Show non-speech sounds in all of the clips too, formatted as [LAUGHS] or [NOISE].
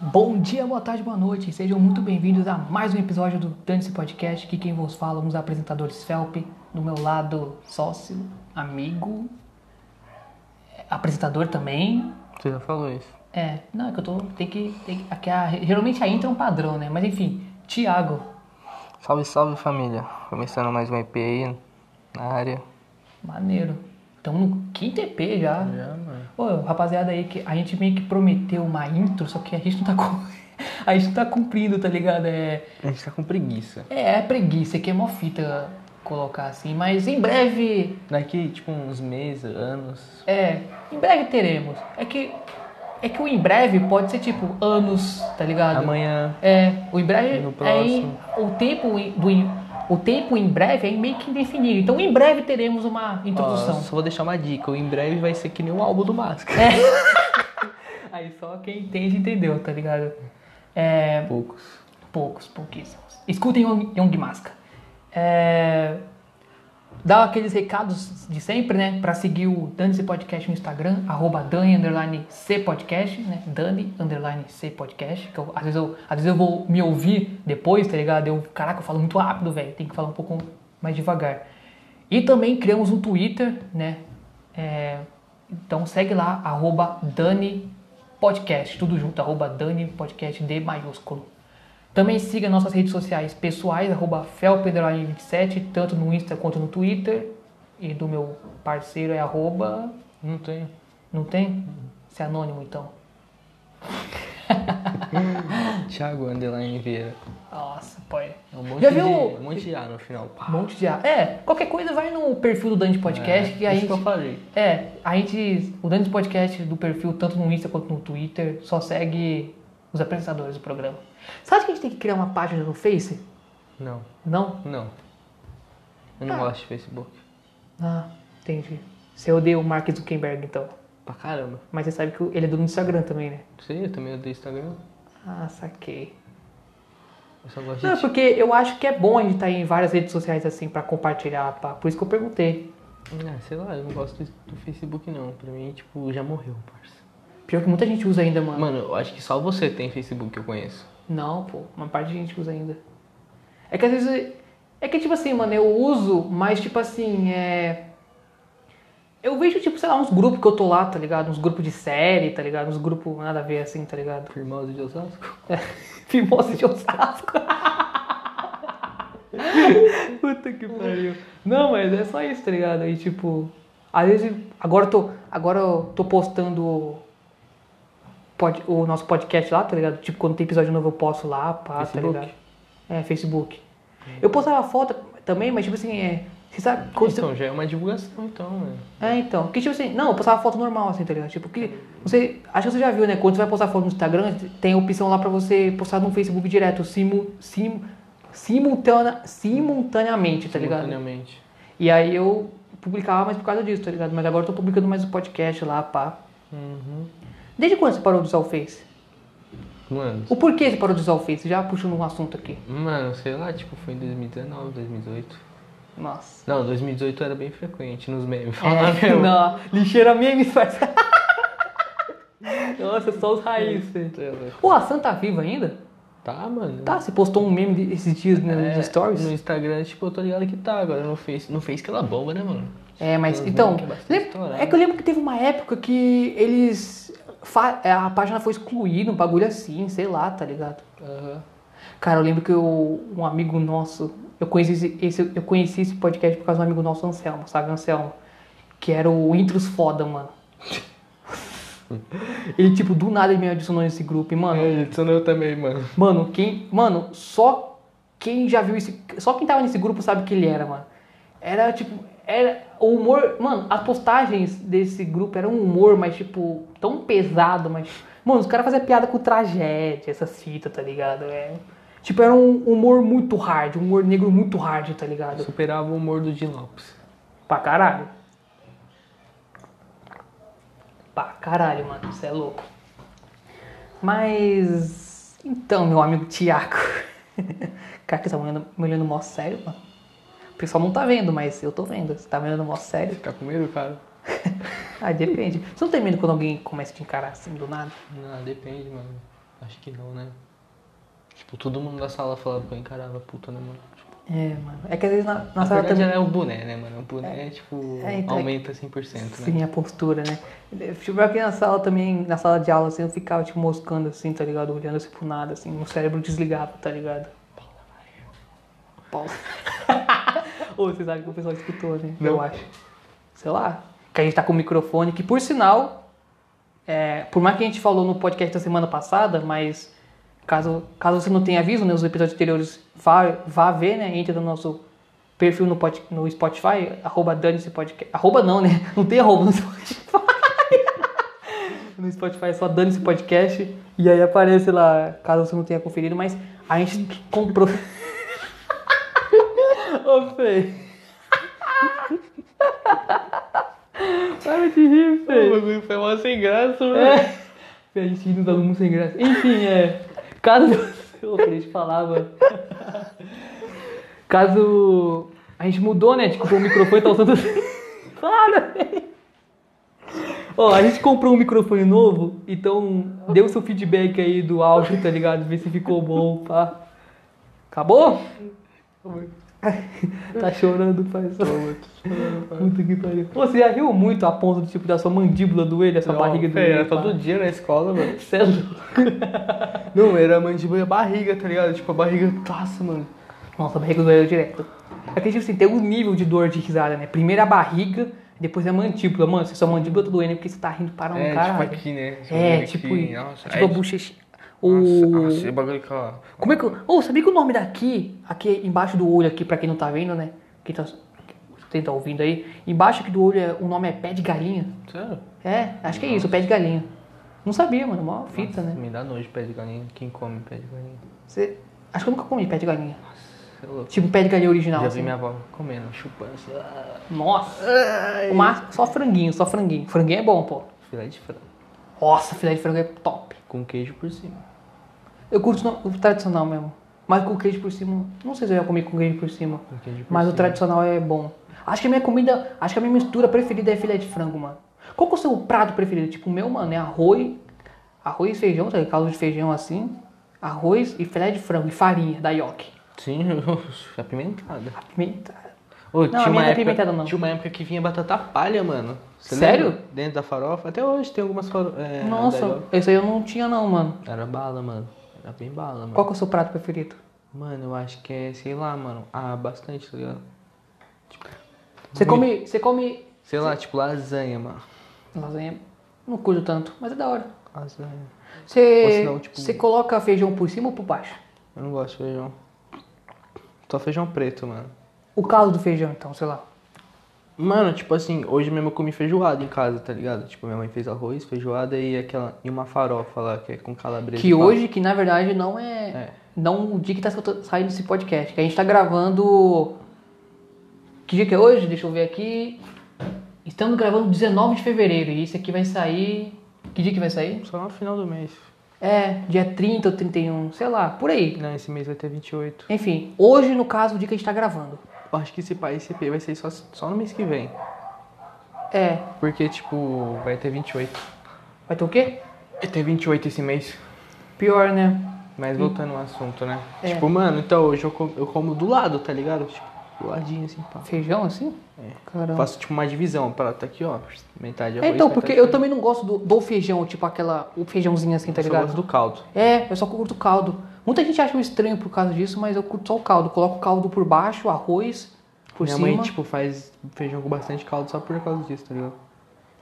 Bom dia, boa tarde, boa noite. Sejam muito bem-vindos a mais um episódio do Dane-se Podcast. Que quem vos fala, um dos apresentadores Felp, do meu lado, sócio, amigo, apresentador também. Você já falou isso. É, não, é que eu tô. Tem que. Tem que aqui a- geralmente a intro é um padrão, né? Mas enfim, Thiago. Salve, salve família. Começando mais um EP aí na área. Maneiro. Estamos no quinto EP já. Já, mano. Ô, rapaziada aí, que a gente meio que prometeu uma intro, só que a gente não tá, cu- [LAUGHS] a gente não tá cumprindo, tá ligado? É, A gente tá com preguiça. é, é preguiça, que é mó fita colocar assim, mas em breve, Daqui, tipo, uns meses, anos. é, em breve teremos. É que, é que o em breve pode ser tipo anos, tá ligado? Amanhã. É, o em breve No é em- o tempo em- do em- o tempo em breve é meio que indefinido. Então em breve teremos uma introdução. Ó, só vou deixar uma dica. O em breve vai ser que nem o álbum do Máscara. É. [LAUGHS] Aí só quem entende entendeu, tá ligado? É, [LAUGHS] Poucos. poucos, pouquíssimos. Escutem Young, Young Masca. É, dá aqueles recados de sempre, né? Pra seguir o Dane-se Podcast no Instagram, arroba Dani underline C Podcast, né? Dani underline C Podcast. Que eu- às, vezes eu, às vezes eu vou me ouvir depois, tá ligado? Eu, caraca, eu falo muito rápido, velho. Tem que falar um pouco mais devagar. E também criamos um Twitter, né? É, então segue lá, arroba Dani Podcast, tudo junto, arroba Dani Podcast D maiúsculo. Também siga nossas redes sociais pessoais, arroba felpedral27, tanto no Insta quanto no Twitter. E do meu parceiro é arroba... Não tenho. Não tem? Você é anônimo, então. Thiago Underline Vieira. Nossa, pai. É um monte Já de, viu? Um monte de A no final. Pá. Um monte de... ar. É, qualquer coisa vai no perfil do Dante Podcast, que a isso que gente... eu falei. É, a gente... O Dante Podcast do perfil, tanto no Insta quanto no Twitter, só segue os apresentadores do programa. Sabe que a gente tem que criar uma página no Face? Não. Não? Não. Eu não Ah. gosto de Facebook. Ah, entendi. Você odeia o Mark Zuckerberg, então. Pra caramba. Mas você sabe que ele é dono do Instagram também, né? Não sei, eu também odeio Instagram. Ah, saquei. Eu só gosto de Não, é porque eu acho que é bom a gente estar em várias redes sociais assim pra compartilhar, pá. Por isso que eu perguntei. Ah, sei lá, eu não gosto do, do Facebook não. Pra mim, tipo, já morreu, parça. Pior que muita gente usa ainda, mano. Mano, eu acho que só você tem Facebook que eu conheço. Não, pô, uma parte de gente usa ainda. É que às vezes. É que tipo assim, mano, eu uso, mas tipo assim, é. Eu vejo, tipo, sei lá, uns grupos que eu tô lá, tá ligado? Uns grupos de série, tá ligado? Uns grupos nada a ver assim, tá ligado? Firmoso de Osasco? [LAUGHS] Fimosa É, de Osasco. Puta que pariu. Não, mas é só isso, tá ligado? Aí, tipo, às vezes, agora eu tô, agora eu tô postando o pod- o nosso podcast lá, tá ligado? Tipo, quando tem episódio novo eu posto lá, pá, Facebook? tá ligado? É, Facebook. Eu postava foto também, mas tipo assim, é. Você sabe quando você- Então, já é uma divulgação, então, mano. é, então. Porque, tipo assim, não, eu postava foto normal, assim, tá ligado? Tipo, que. Você, acho que você já viu, né? Quando você vai postar foto no Instagram, tem a opção lá pra você postar no Facebook direto, simu, sim, simultane, simultaneamente, tá ligado? Simultaneamente. E aí eu publicava mais por causa disso, tá ligado? Mas agora eu tô publicando mais o podcast lá, pá. Uhum. Desde quando você parou de usar o Face? Mano, O porquê você parou de usar o Face? Já puxando um assunto aqui. mano, sei lá, tipo, foi em 2019, 2018. Nossa. Não, 2018 era bem frequente nos memes. Falar É, [LAUGHS] mesmo. não, lixeira [LAUGHS] memes faz. Nossa, só os raízes. Sei lá. Pô, a Santa Viva ainda? Tá, mano. Tá, você postou um meme de- esses dias né, É, nos stories? No Instagram, tipo, eu tô ligado que tá. Agora no Face, no Face que ela bomba, né, mano? É, mas Uns então. memes que é bastante lem- estourado. É que eu lembro que teve uma época que eles. fa- é, A página foi excluída, um bagulho assim, sei lá, tá ligado? Aham. Cara, eu lembro que eu- um amigo nosso. Eu conheci esse, esse- eu conheci esse podcast por causa de um amigo nosso, Anselmo, sabe, Anselmo? Que era o Intros Foda, [LAUGHS] mano. ele, tipo, do nada ele me adicionou nesse grupo. E, mano, É, adicionou eu também, mano. Mano, quem. Mano, só quem já viu esse. Só quem tava nesse grupo sabe que ele era, mano. Era tipo. Era. O humor. Mano, as postagens desse grupo era um humor, mas, tipo, tão pesado, mas. Mano, os caras faziam piada com tragédia, essas fitas, tá ligado? É. Tipo, era um humor muito hard, um humor negro muito hard, tá ligado? Superava o humor do Jim Lopes. Pra caralho. Pra caralho, mano, você é louco. Mas. Então, meu amigo Tiago. [LAUGHS] Cara, que você tá me olhando, me olhando mó sério, mano. O pessoal não tá vendo, mas eu tô vendo. Você tá me olhando mó sério? Você tá com medo, cara? Ah, depende. Você não tem medo quando alguém começa a te encarar assim do nada? Não, depende, mano. Acho que não, né? Tipo, todo mundo da sala falava que eu encarava puta, né, mano? Tipo, É, mano. É que às vezes na, na sala na verdade também. ela é o boné, né, mano? O boné, tipo, é, então é- aumenta 100%, né? Sim, a postura, né? Tipo, aqui na sala também, na sala de aula, assim, eu ficava, tipo, moscando, assim, tá ligado? Olhando assim pro nada, assim, meu cérebro desligava, tá ligado? [LAUGHS] Paulo. Ou você sabe que o pessoal escutou, né? Eu Não. acho. Sei lá. Que a gente tá com o microfone, que por sinal, é, por mais que a gente falou no podcast da semana passada, mas caso, caso você não tenha visto, né, os episódios anteriores, vá, vá ver, né? Entra no nosso perfil no, pod, no Spotify, arroba dane-se podcast. Arroba não, né? Não tem arroba no Spotify. no Spotify é só dane-se podcast. E aí aparece lá, caso você não tenha conferido, mas a gente comprou. Ô, Fê. Para de rir, Fê. O bagulho foi mó sem graça, mano. É. A gente rindo dos alunos sem graça. Enfim, é. Caso. Eu falei de palavra. Caso. A gente mudou, né? Tipo, o microfone tá usando. [LAUGHS] Para, velho. Ó, a gente comprou um microfone novo, então dê o seu feedback aí do áudio, tá ligado? Vê se ficou bom, pá. Acabou? [LAUGHS] tá chorando, pai. Puta que pariu. Pô, Você já riu muito a ponto do tipo da sua mandíbula doer, da sua Não, barriga é, doer? era pá? todo dia na escola, [LAUGHS] mano. Cê é louco. Não, era a mandíbula e a barriga, tá ligado? Tipo, a barriga, nossa, mano. Nossa, a barriga doeu direto. É que, tipo assim, tem um nível de dor de risada, né? Primeiro a barriga, depois a mandíbula. Mano, se sua mandíbula tá doendo é porque você tá rindo para um é, caralho. tipo aqui, né? é, Aqui, tipo, nossa, tipo a aí- bochecha. Nossa, O... nossa, esse bagulho aqui, ó. Como é que. eu- Ô, sabia que o nome daqui, aqui embaixo do olho, aqui, pra quem não tá vendo, né? Quem tá, quem tá ouvindo aí, embaixo aqui do olho é- o nome é pé de galinha. Sério? É, acho que é isso, pé de galinha. Não sabia, mano, mó fita, né? Me dá nojo pé de galinha. Quem come pé de galinha? Você- Acho que eu nunca comi pé de galinha. Você é louco. Tipo pé de galinha original. Já assim. vi minha avó comendo, chupando. assim, ah, Nossa! É O máximo, só franguinho, só franguinho. Franguinho é bom, pô. Filé de frango. Nossa, filé de frango é top. Com queijo por cima. Eu curto no- o tradicional mesmo. Mas com queijo por cima. Não sei se eu já comi com queijo por cima. Com queijo por Mas o cima. tradicional é bom. Acho que a minha comida. Acho que a minha mistura preferida é filé de frango, mano. Qual que é o seu prato preferido? Tipo, o meu, mano, é arroz. Arroz e feijão, tá ligado? Caldo de feijão assim. Arroz e filé de frango e farinha da Yoki. Sim, [LAUGHS] apimentada. Pimenta. Ô, a minha não é época, apimentada, não. Tinha uma época que vinha batata palha, mano. Você Sério? lembra? Dentro da farofa. Até hoje tem algumas farofas. É, Nossa, esse aí eu não tinha não, mano. daí- Era bala, mano. Era bem bala, mano. Qual que é o seu prato preferido? Mano, eu acho que é, sei lá, mano. Ah, bastante, tá ligado? Você come. Você come. Sei lá, tipo lasanha, mano. Lasanha. Não curto tanto, mas é da hora. Lasanha. Ou Você, senão, tipo- você coloca feijão por cima ou por baixo? Eu não gosto de feijão. Só feijão preto, mano. O caldo do feijão, então, sei lá. Mano, tipo assim, hoje mesmo eu comi feijoada em casa, tá ligado? Tipo, minha mãe fez arroz, feijoada e aquela e uma farofa lá, que é com calabresa. Que e pá. hoje, que na verdade não é, É. Não o dia que tá escuta- saindo esse podcast. Que a gente tá gravando. Que dia que é hoje? Deixa eu ver aqui. Estamos gravando 19 de fevereiro. E isso aqui vai sair. Que dia que vai sair? Só no final do mês. É, dia 30 ou 31, sei lá, por aí. Não, Né, esse mês vai ter 28. Enfim, hoje, no caso, o dia que a gente tá gravando. Eu acho que esse pai esse EP vai sair só, só no mês que vem. É. Porque, tipo, vai ter 28. Vai ter o quê? Vai ter 28 esse mês. Pior, né? Mas voltando ao assunto, né? É. Tipo, mano, então hoje eu como, eu como do lado, tá ligado? Tipo, do ladinho assim, pá. Feijão assim? É. Caramba. Faço tipo uma divisão, pra tá aqui, ó. Metade É, arroz, então, metade porque eu também não gosto do, do feijão, tipo aquela. O feijãozinho assim, tá Eu só gosto ligado? do caldo. É, eu só curto caldo. Muita gente acha estranho por causa disso, mas eu curto só o caldo. Coloco o caldo por baixo, arroz por Minha cima. mãe, tipo, faz feijão com bastante caldo só por causa disso, tá ligado?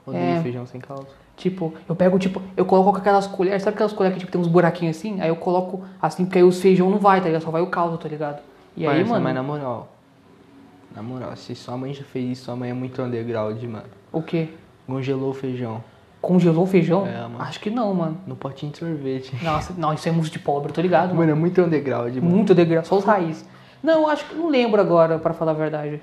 É. Odeio feijão sem caldo. Tipo, eu pego, tipo, eu coloco com aquelas colheres, sabe aquelas colheres que tipo, tem uns buraquinhos assim? Aí eu coloco assim, porque aí os feijão não vai, tá ligado? Só vai o caldo, tá ligado? E aí, Parça, mano, Mas na moral, na moral, se sua mãe já fez isso, sua mãe é muito underground, mano. o quê? Congelou o feijão Congelou o feijão? É, mano. Acho que não, Ah. mano. no potinho de sorvete. Nossa, não, isso é muito de pobre, eu tô ligado, mano. Mano, é muito underground, mano. [LAUGHS] Muito degrau, só os raízes. Não, eu acho que não lembro agora, pra falar a verdade.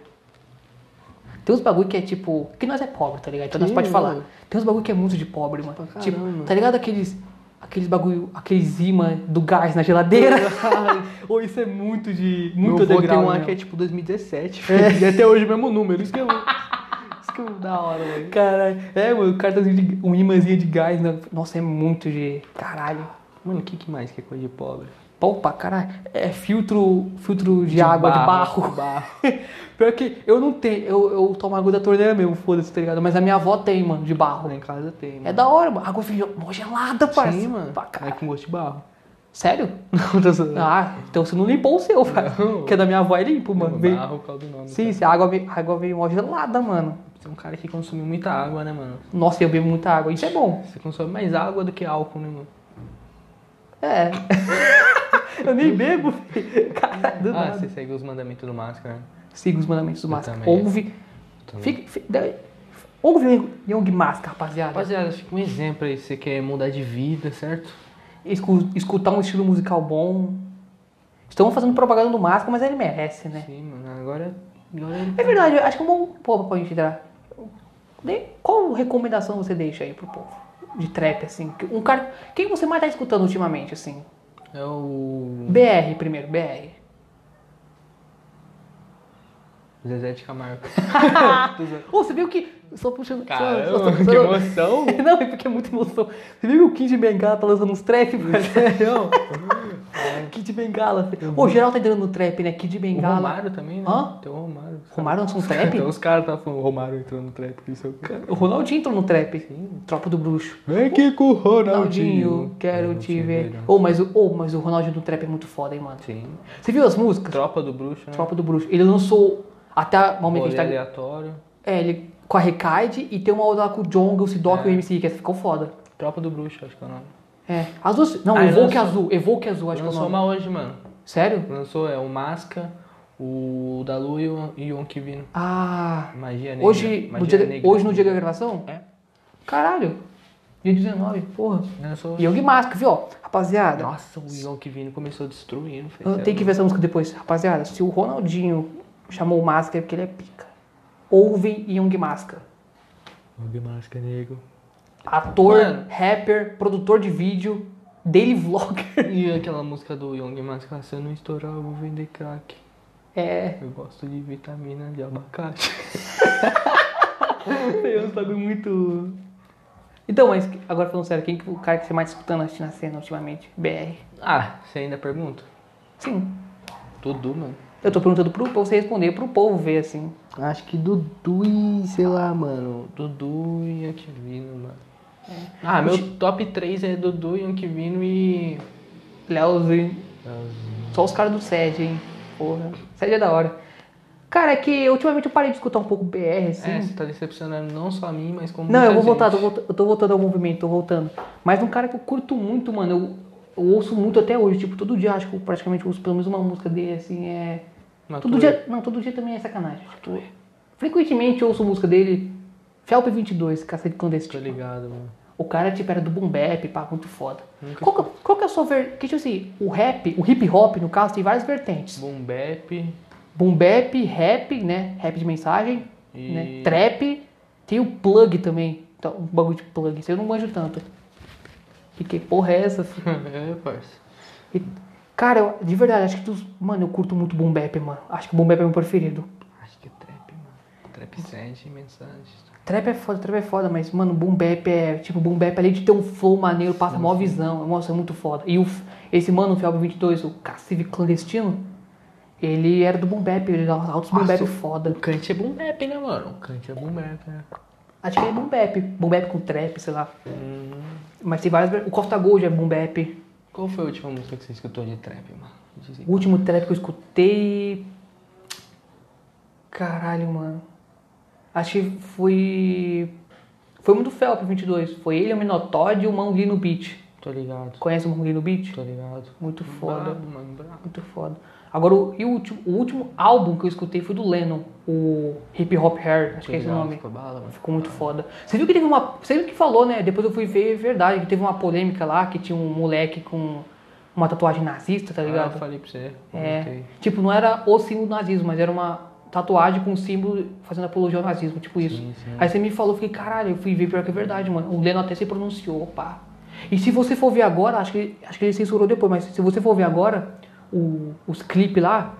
Tem uns bagulho que é tipo. Que nós é pobre, tá ligado? Então nós Sim, pode falar. mano. Tem uns bagulho que é muito de pobre, mano. Pra Tipo, caramba. tá ligado aqueles. Aqueles bagulho, aqueles imã do gás na [LAUGHS] geladeira. Ou isso é muito de. Muito né? Meu avô tem degrau. um lá que é tipo 2017, é. e até hoje o mesmo número. Isso [LAUGHS] que é, isso que é da hora, velho. um Cara, é, mano, o cartãozinho de. Um imãzinho de gás. Na... Nossa, é muito de. Caralho. Mano, o que, que mais que é coisa de pobre? Opa, caralho, é filtro, filtro de, água, de barro. [LAUGHS] barro. Pior que eu não tenho, eu, eu tomo água da torneira mesmo, foda-se, tá ligado? Mas a minha avó tem, mano, de barro. Lá em casa tem. É mano. da hora, mano. Água frio, mó gelada, parça. Sim, mano. Pra caralho. É com gosto de [LAUGHS] barro. Sério? Não, tô zoando. Ah, então você não limpou o seu, velho. Porque da minha avó é limpo, mano. Vem- Barro, caldo nome. Sim, sim, a água, veio- a água veio mó gelada, mano. Você é um cara que consumiu muita água, né, mano? Nossa, eu bebo muita água. Isso é bom. Você consome mais água do que álcool, né, mano? [LAUGHS] É. eu nem bebo, filho. Caralho, do Ah, nada. você segue os mandamentos do máscara. né? Siga os mandamentos do Máscara. também. Ouve. Fica, fi- de- ouve o Young Máscara, rapaziada. Rapaziada, fica um exemplo aí. se Você quer mudar de vida, certo? Escu- escutar um estilo musical bom. Estão fazendo propaganda do Máscara, mas ele merece, né? Sim, mano. Agora. agora ele- É verdade, eu acho que é um bom povo pra gente entrar. De- Qual recomendação você deixa aí pro povo? De trap, assim. Que- Um cara. Quem você mais tá escutando ultimamente, assim? É o. BR primeiro, BR. Zezé de [LAUGHS] Camargo. [LAUGHS] Ô, você viu que. Só puxando. só- só- Caramba, só- que emoção! [LAUGHS] [LAUGHS] Não, é porque é muita emoção. Você viu que o Kid Bengala tá lançando uns trap, velho? Não. Kid Bengala. Pô, geral tá entrando no trap, né? Kid O Bengala. Romário também, né? Hã? Tem o Romário. Os Romário lançou um caras- trap? [LAUGHS] Então os caras tá falando Romário entrou no trap, que isso é o cara. O Ronaldinho entrou no trap. Tropa do Bruxo. Vem aqui com o Ronaldinho, É, quero te ver. Ô, mas, o- ô, mas o Ronaldinho do trap é muito foda, hein, mano? Sim. Você viu as músicas? Tropa do Bruxo, né? Tropa do Bruxo. Ele lançou até o momento que a gente Rolê tá... aleatório. É, ele com a Recaide e tem uma outra lá com o Jonga, o Sidoc É. e o MC, que essa ficou foda. Tropa do Bruxo, acho que é o nome. É. As duas... Não, Ah, ele Evoque lançou- Azul. Evoque Azul, acho que é o Lançou nome. uma hoje, mano. Sério? Lançou é o Masca, o da Lu e o e o Onkivino. Ah... Magia negra. Hoje, no Magia dia, negra. hoje no dia da gravação? É. Caralho. Dia 19, porra. Lançou. Young Mask, viu? ó? Rapaziada, Nossa, é o Ion Kivino começou destruindo. fez eu sério. tenho Ah, que ver essa música depois. Rapaziada, se o Ronaldinho chamou o Mask é porque ele é pica. Ouvem Young Mask. Young Masca, nego. Ator, Mano. rapper, produtor de vídeo, daily vlogger. [LAUGHS] [LAUGHS] E aquela música do Young Masca, se eu não estourar, eu vou vender crack. É. Eu gosto de vitamina de abacate. [LAUGHS] Tem uns um bagulho muito. Então, mas agora falando sério, quem que o cara que você mais tá escutando assim na cena ultimamente? BR. Ah, você ainda pergunta? Sim. Dudu, mano. Eu tô perguntando pro povo você responder, pro povo ver assim. Acho que Dudu e, sei lá, mano. Dudu e Anquivino, mano. Ah, meu top 3 é Dudu e Anquivino e. Leozinho. Só os caras do SED, hein? Porra. SED é da hora. Cara, é que ultimamente eu parei de escutar um pouco BR, assim. É, você tá decepcionando não só a mim, mas como. não, muita eu vou gente. voltar, tô volta- eu tô voltando ao movimento, tô voltando. Mas um cara que eu curto muito, mano, eu, eu ouço muito até hoje. Tipo, todo dia acho que eu praticamente ouço pelo menos uma música dele, assim, é. Matuê. Todo dia. Não, todo dia também é sacanagem. Tipo, frequentemente eu ouço música dele. Felp 22, Cacete Tô Clandestino. Tá ligado, mano. O cara, tipo, era do boom bap, pá, muito foda. Nunca Qual que, qual que é a sua ver... Que, tipo assim, o rap, o hip hop, no caso, tem várias vertentes. Boom Bap. [LAUGHS] Boom bap, rap, né? Rap de mensagem, E- né? Trap. Tem o plug também. Então, um bagulho de plug. Isso eu não manjo tanto. Fiquei, porra, é essa? fi? é, parça. E, cara, eu- de verdade, acho que tu... Mano, eu curto muito boom bap, mano. Acho que boom bap é meu preferido. Acho que é trap, mano. Trap sente mensagens. Trap é foda, trap é foda, mas, mano, boom bap é... Tipo, boom bap, além de ter um flow maneiro, passa mó visão. Nossa, é muito foda. E o, f- esse mano, o Fialb 22, o Cacive Clandestino, ele era do boom bap. Ele dava altos boom Nossa, bap foda. O Kant é Boom Bap, né, mano? O Kant é Boom Bap, né? Acho que é boom bap. Boom bap com trap, sei lá. Uhum. Mas tem várias... ver- O Costa Gold é boom bap. Qual foi a última música que você escutou de trap, mano? Diz aí. O último trap que eu escutei... Caralho, mano. Acho que foi... Foi um do Felp 22. Foi ele, o Minotódio e o Mangli no Beat. Tô ligado. Conhece o Mangli no Beat? Tô ligado. Muito foda, Brabo, mano, brabo. muito foda. Agora, o, e o, último, o último álbum que eu escutei foi do Lennon, o Hip Hop Hair, acho que é esse o nome. Ficou bala, mano. Ficou muito foda. Você viu que teve uma. Você viu que falou, né? Depois eu fui ver, é verdade, que teve uma polêmica lá que tinha um moleque com uma tatuagem nazista, tá Ah, eu ligado? falei pra você. é. comentei. Tipo, não era o símbolo do nazismo, mas era uma tatuagem com um símbolo fazendo apologia ao nazismo, tipo isso. sim. Aí você me falou, eu fiquei, caralho, eu fui ver pior que é verdade, mano. O Lennon até se pronunciou, pá. E se você for ver agora, acho que, acho que ele censurou depois, mas se você for ver agora o- os clipes lá,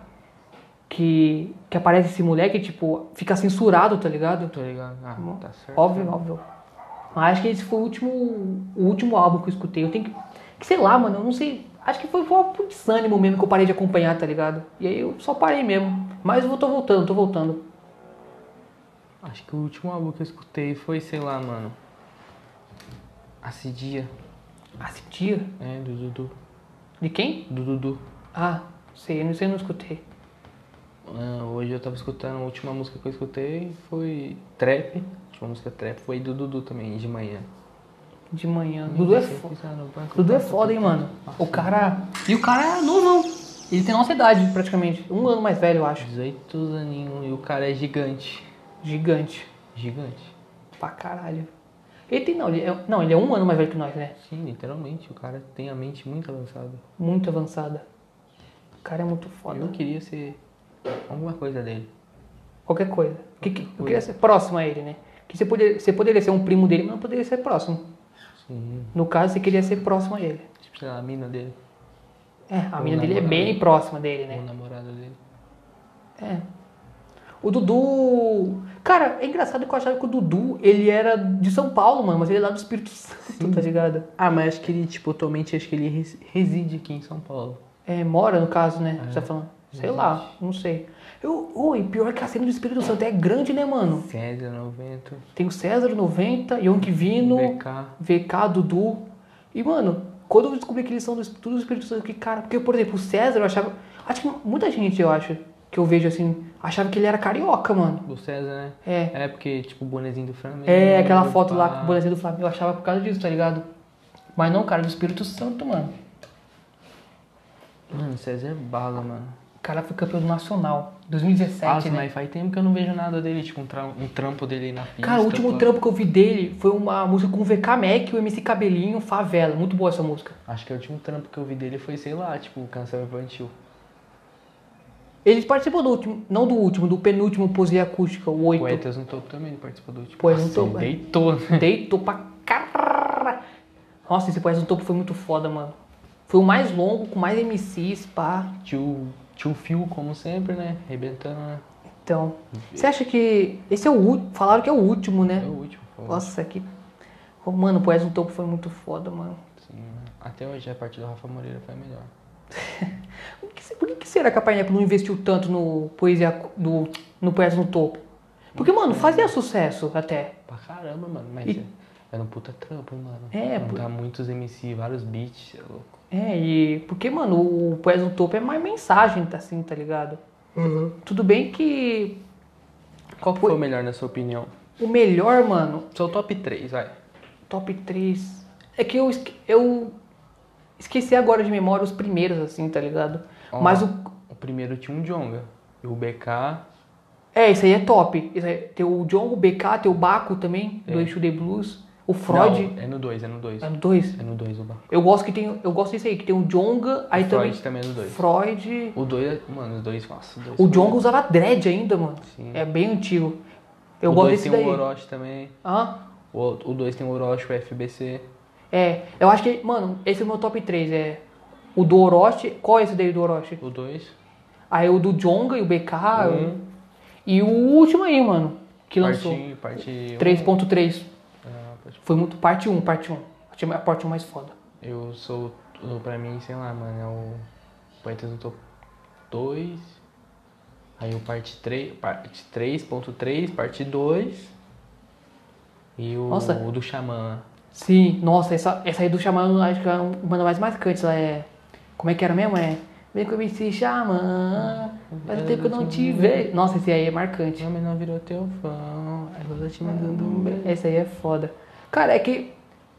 que, que aparece esse moleque, tipo, fica censurado, tá ligado? Tô ligado. Ah, tá certo. Óbvio, óbvio. Mas acho que esse foi o último, o último álbum que eu escutei. Eu tenho que. Que sei lá, mano, eu não sei. Acho que foi, foi por desânimo mesmo que eu parei de acompanhar, tá ligado? E aí eu só parei mesmo. Mas eu tô voltando, tô voltando. Acho que o último álbum que eu escutei foi, sei lá, mano. Acidia. Assistia? É, do Dudu. Ah, De quem? Do Dudu. Ah, sei, eu não sei, eu não escutei. Ah, hoje eu tava escutando, a última música que eu escutei foi Trap. A última música Trap foi do Dudu também, de manhã. tá De manhã. Dudu é foda. Dudu é foda, hein, mano. O cara. E o cara é novão. Ele tem nossa idade, praticamente. Um ano mais velho, eu acho. 18 aninhos e o cara é gigante. Gigante. Gigante. Pra caralho. Ele tem, não, ele é, não, ele é um ano mais velho que nós, né? Sim, literalmente. O cara tem a mente muito avançada. Muito avançada. O cara é muito foda. Eu queria ser alguma coisa dele. Qualquer coisa. Que, que, eu queria ser próximo a ele, né? Que você poderia, você poderia ser um primo dele, mas não poderia ser próximo. Sim. No caso, você queria ser próximo a ele. Tipo, sei lá, a mina dele. É, a Ou mina dele é bem namorado. próxima dele, Ou né? o namorado dele. É. O Dudu. Cara, é engraçado que eu achava que o Dudu, ele era de São Paulo, mano, mas ele é lá do Espírito [LAUGHS] Santo, tá ligado? Ah, mas acho que ele, tipo, atualmente acho que ele res- reside aqui em São Paulo. É, mora no caso, né? Você tá falando. Sei lá, não sei. Eu, oi, pior que a cena do Espírito Santo é grande, né, mano? César, 90, Tem o César 90, Yon Vino, BK. VK, Dudu. E, mano, quando eu descobri que eles são do, tudo do Espírito Santo, eu fiquei, cara, porque, por exemplo, o César, eu achava. Acho que muita gente, eu acho, que eu vejo assim, achava que ele era carioca, mano. Do César, né? É. É, porque, tipo, o bonezinho do Flamengo. É, aquela foto lá pá. com o boletim do Flamengo, eu achava por causa disso, tá ligado? Mas não, cara, do Espírito Santo, mano. Mano, César é bala, mano. O cara foi campeão do Nacional, 2017, Nossa, né? mas faz tempo que eu não vejo nada dele, tipo, um, tra- um trampo dele na pista. Cara, o último pá. trampo que eu vi dele foi uma música com o VK Mac e o MC Cabelinho, Favela. Muito boa essa música. Acho que o último trampo que eu vi dele foi, sei lá, tipo, canção infantil. Ele participou do último, não do último, do penúltimo Poesia Acústica, o 8. Poetas no Topo também participou do último. Poetas no Nossa, Topo, ele é. Deitou, né? Deitou pra caralho. Nossa, esse Poesia no Topo foi muito foda, mano. Foi o mais longo, com mais MCs, pá. Tio, tio Phil, como sempre, né? Arrebentando, né? Então, você acha que esse é o último? Falaram que é o último, né? É o último. foi o Nossa, que... Ô, Mano, o Poesia no Topo foi muito foda, mano. último, sim, né? Até hoje a parte do Rafa Moreira foi a melhor. Por que, se- por que que será que a Pineapple não investiu tanto no Poesia do, no Poesia no Topo? Porque, mano, fazia sucesso até. Pra caramba, mano. Mas E- é- era um puta trampo, mano. É, pô. Montar muitos MC, vários beats, é louco. É, e porque, mano, o Poesia no Topo é mais mensagem, tá assim, tá ligado? Tudo bem que Qual que foi o melhor, na sua opinião? o melhor, mano, Seu top 3, vai. top 3. É que eu, esque- eu esqueci agora de memória os primeiros, assim, tá ligado? Ó. Mas o. O primeiro tinha um Jonga. E o BK, É, isso aí é top. Isso aí- tem o John, o BK, tem o Baco também, do Eixo de Blues. O Freud. É. Não, é no 2, é no 2. É no 2. É no 2 o barco. Eu gosto que tem. Eu gosto disso aí, que tem o Jonga, aí também. Freud também é no 2. Freud. O 2, mano, os dois, nossa, os dois. O são- Jonga usava dread ainda, mano. Sim. É bem antigo. Eu o gosto dois desse tem daí. o Orochi também. Hã? O 2 tem o Orochi, o FBC. É. Eu acho que. Mano, esse é o meu top 3. É. O do Orochi. Qual é esse daí do Orochi? O 2. Aí o do Jonga e o BK. Uhum. E o último aí, mano. Que lançou. Parte, um parte 3.3. Um, Ah, parte- Foi muito. Parte 1, parte 1. Achei A parte 1 mais foda. eu sou. o- Pra mim, sei lá, mano, é o. Poetas no Topo 2. Aí o parte 3. Parte 3.3, parte 2. E o, Nossa. o do Xamã. Sim, nossa, essa, essa aí do Xamã, acho que é uma das mais marcantes. Ela é. Como é que era mesmo? É. Vem comigo se Xamã. Faz um tempo que eu não te vejo. Nossa, esse aí é marcante. Meu menor virou teu fã. Agora te mandando um beijo. Esse aí é foda. Cara, é que.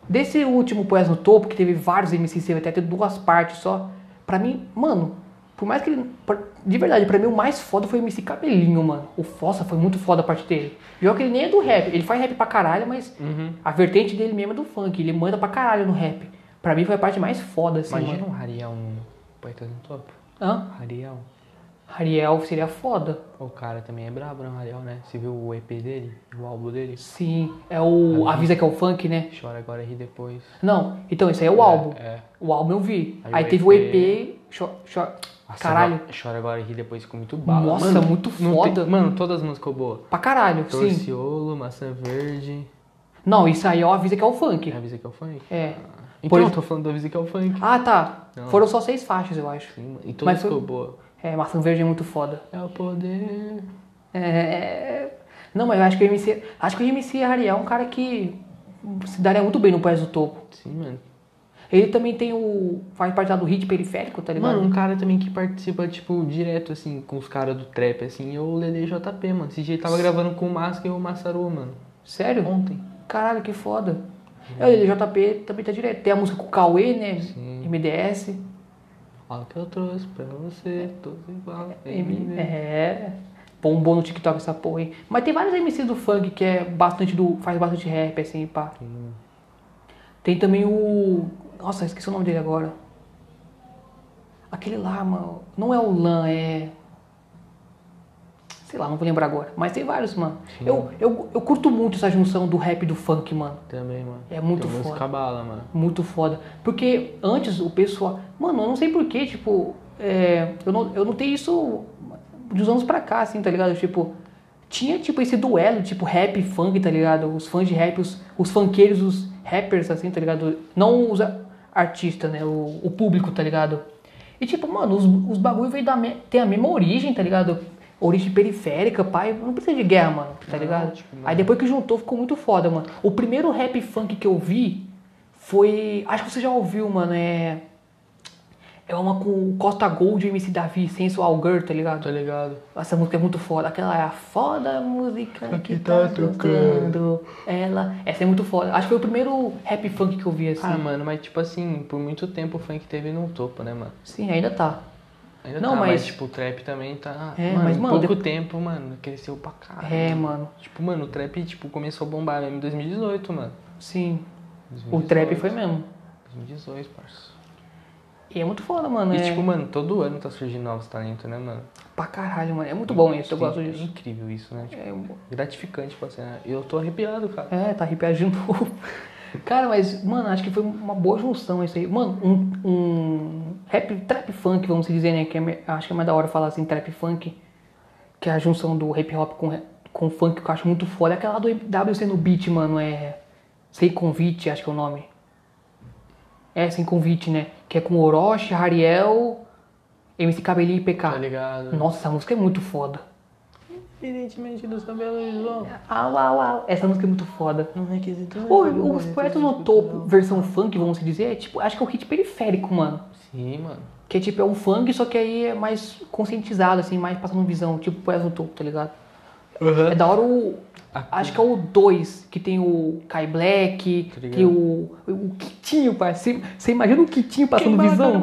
Desse último Poés no Topo, que teve vários MCs, teve até duas partes só. Pra mim, mano, por mais que ele. pra- De verdade, pra mim o mais foda foi o MC Cabelinho, mano. O Fossa foi muito foda a parte dele. Pior que ele nem é do rap. Ele faz rap pra caralho, mas a vertente dele mesmo é do funk. Ele manda pra caralho no rap. Pra mim foi a parte mais foda, assim, Imagina mano. um Rariel no Poetas no Topo. Hã? Rariel. Ariel seria foda. O cara também é brabo, né, o Rariel, né? Você viu o EP dele? O álbum dele? Sim, é o. Avisa que é o funk, né? Chora agora e ri depois. Não, então esse aí é o álbum. É. O álbum eu vi. Aí Aí, o teve o EP. EP. cho- cho- Nossa, caralho. agora- Chora agora e ri depois com muito bala. Nossa, Mano, muito não tem- foda. Mano, todas as músicas boas. Pra caralho, sim. Torciolo, Maçã Verde. Não, isso aí ó, avisa que é o funk. Avisa que é o funk. É. Então, Por eu isso- tô falando da musical funk. Ah, tá. Não. Foram só seis faixas, eu acho. Sim, e todas Mas ficou foi- boa. É, Maçã Verde é muito foda. É o poder. É... Não, mas eu acho que o MC... Acho que o MC Ariel é um cara que se daria muito bem no País do Topo. Sim, mano. Ele também tem o... Faz parte lá do hit periférico, tá ligado? Mano, um cara também que participa, tipo, direto, assim, com os caras do trap, assim, é o Lele JP, mano. Esse dia ele tava gravando com o Masca e o Massaru, mano. Sério? Ontem. Hum. Caralho, que foda. É, o LJP também tá direto. Tem a música com o Cauê, né? Sim. MDS. Olha o que eu trouxe pra você, todos igual. né? M- É. Bombou no TikTok essa porra aí. Mas tem vários MCs do funk que é bastante do. faz bastante rap, assim, pá. é. Tem também o. Nossa, esqueci o nome dele agora. Aquele lá, mano. Não é o Lan, é. Sei lá, não vou lembrar agora. Mas tem vários, mano. Sim. Eu, eu, eu curto muito essa junção do rap e do funk, mano. Também, mano. É muito Tem umas foda. cabala, mano. Muito foda. Porque antes o pessoal. Mano, eu não sei porquê, tipo. é, eu, não, eu não tenho isso de uns anos pra cá, assim, tá ligado? Tipo. Tinha, tipo, esse duelo, tipo, rap e funk, tá ligado? Os fãs de rap, os, os funkeiros, os rappers, assim, tá ligado? Não os a- artistas, né? O, o público, tá ligado? E, tipo, mano, os, os bagulho veio da me- tem a mesma origem, tá ligado? Origem periférica, pai. Não precisa de guerra, mano, tá Não, ligado? tipo, Aí depois que juntou ficou muito foda, mano. O primeiro rap funk que eu vi foi. Acho que você já ouviu, mano. É. É uma com o Costa Gold e o MC Davi, Sensual Girl, tá ligado? Tô ligado. Essa música é muito foda. Aquela é a foda música que, Que tá, tá tocando. Ela. Essa é muito foda. Acho que foi o primeiro rap funk que eu vi, assim. Ah, mano, mas tipo assim, por muito tempo o funk teve no topo, né, mano? Sim, ainda tá. Ainda Não, tá, mas... mas- tipo, o trap também tá. É, mano, mas, em mano, pouco tempo, mano, cresceu pra caralho. É, mano. Tipo, mano, o trap, tipo, começou a bombar mesmo em 2018, mano. Sim. O trap foi 2018, mesmo. 2018, parça. E é muito foda, mano. E é tipo, mano, todo ano tá surgindo novos talentos, né, mano? pra caralho, mano. É muito bom isso. Eu gosto É disso. incrível isso, né? Tipo, É, gratificante, tipo assim, né? Eu tô arrepiado, cara. É, tá arrepiado de [LAUGHS] novo. Cara, mas, mano, acho que foi uma boa junção isso aí. Mano, um, um rap, trap funk, vamos dizer, né? Que é me- acho que é mais da hora falar assim, trap funk. Que é a junção do hip hop com, re- com funk, que eu acho muito foda. É Aquela do WC no beat, mano, é... Sem Convite, acho que é o nome. É, Sem Convite, né? Que é com Orochi, Ariel, MC Cabelinho e Tá PK. ligado? Nossa, essa música é muito foda. Evidentemente do São Belo Horizonte. Au, au, au. Essa música é muito foda. Não requisito. Pô, os poetas no topo, versão funk, vamos dizer, é tipo, acho que é o hit periférico, mano. Sim, mano. Que é tipo, é um funk, só que aí é mais conscientizado, assim, mais passando visão, tipo poetas no topo, tá ligado? É da hora o. A- Acho que é o 2, que tem o Kai Black, Tá ligado. tem o. O Kitinho, parceiro. Você imagina o Kitinho passando visão?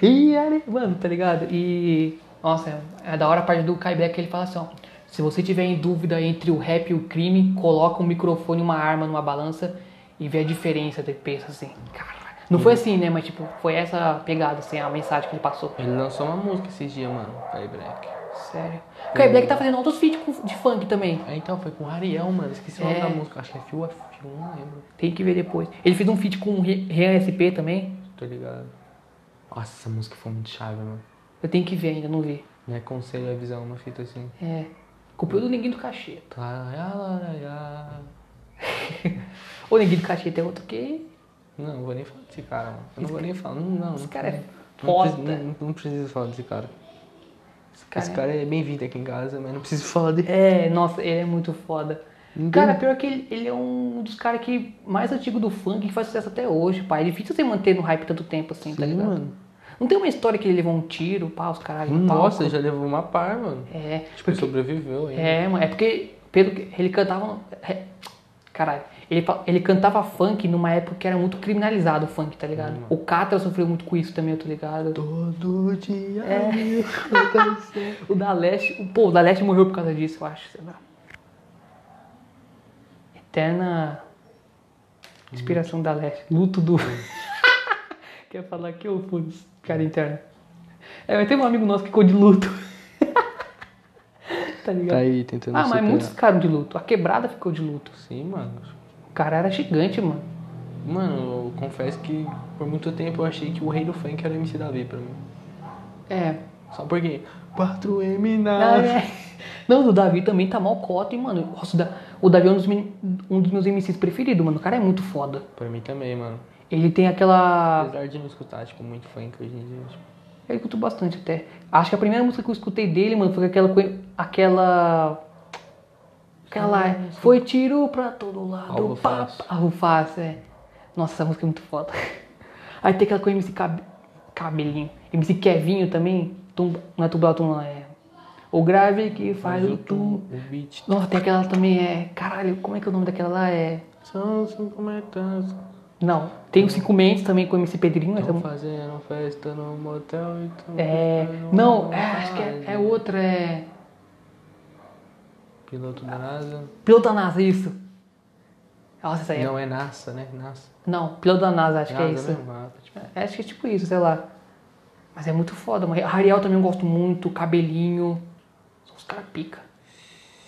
E aí, mano, tá ligado? E. Nossa, é da hora a parte do Kai Black que ele fala assim, ó. Se você tiver em dúvida entre o rap e o crime, coloca um microfone, uma arma numa balança e vê a diferença. Tu pensa assim, caralho. Não Uhum. foi assim, né? Mas tipo, foi essa pegada, assim, a mensagem que ele passou. Ele lançou uma música esses dias, mano. Kai Black. Sério. Uhum. O Kai Black tá fazendo outros feats com- de funk também. Ah, então, foi com o Ariel, mano. Esqueci o nome É. da música. Acho que é Fio a Fio, não lembro. Tem que ver depois. Ele fez um feat com o Re- Rean SP também. Tô ligado. Nossa, essa música foi muito chave, mano. Eu tenho que ver ainda, não vi. Me aconselho a visão uma fita assim. Tá, É. Copiou do Ninguém do Cacheta. Taraiá, laraiá. O Ninguém do Cacheta é outro que. Não, não vou nem falar desse cara, mano. Eu não vou nem falar. Não, Uhum. não. Esse cara é Não, foda. preciso- não, não preciso falar desse cara. Esse cara Esse é- cara é bem-vindo aqui em casa, mas não preciso falar dele. É, nossa, ele é muito foda. Ninguém- Cara, pior que ele, ele é um dos caras que mais antigo do funk que faz sucesso até hoje, pá. É difícil você manter no hype tanto tempo assim, tá Sim, ligado? mano. Não tem uma história que ele levou um tiro, pá, os caralho. no Nossa, palco? já levou uma par, mano. tá É, Tipo, ele sobreviveu hein? é, mano, é porque pelo que ele cantava. é, caralho, ele, fa- ele cantava funk numa época que era muito criminalizado o funk, tá ligado? O Catra sofreu muito com isso também, eu tô ligado. Todo dia. [LAUGHS] É. O da Leste, o, pô, o da Leste morreu por causa disso, eu acho, sei lá. Eterna inspiração da Leste, luto do. [LAUGHS] Quer falar aqui ou foda-se, cara interna? É, mas tem um amigo nosso que ficou de luto. [LAUGHS] tá ligado? tá aí tentando ah, mas superar. muitos ficaram de luto. A quebrada ficou de luto. Sim, mano. O cara era gigante, mano. Mano, eu confesso que por muito tempo eu achei que o rei do funk era o MC Davi pra mim. É. Só porque 4M Ah, na... é. [LAUGHS] Não, o Davi também tá mal cota, hein, mano. Nossa, o Da- o Davi é um dos, men- um dos meus MCs preferidos, mano. O cara é muito foda. Pra mim também, mano. Ele tem aquela. Apesar de não escutar, tipo, muito funk hoje em dia. Tipo, Eu escuto bastante até. Acho que a primeira música que eu escutei dele, mano, foi aquela. coi- Aquela. Aquela. Foi tiro pra todo lado. Algo pá, fácil. pá, Algo fácil, é. Nossa, essa música é muito foda. Aí tem aquela com MC Cab... Cabelinho. MC Kevinho também. Tum... Não é tubatum lá, é. O grave que faz o tum. o beat. Nossa, tem aquela também, é. Caralho, como é que é o nome daquela lá? É. São é cinco metas. Não. Tem os Cinco Mentes também com o MC Pedrinho. Essa... Estão fazendo festa no motel e tão É. fazendo Não, uma é, acho que é, é viagem. outra, é. Piloto da NASA. Piloto da NASA, isso. Nossa, essa aí é. Não, Não, é NASA, né? NASA. Piloto da NASA, acho que é isso. NASA mesmo, ah, tipo, É, Acho que é tipo isso, sei lá. Mas é muito foda, mano. A Ariel também eu gosto muito, cabelinho. São os caras pica.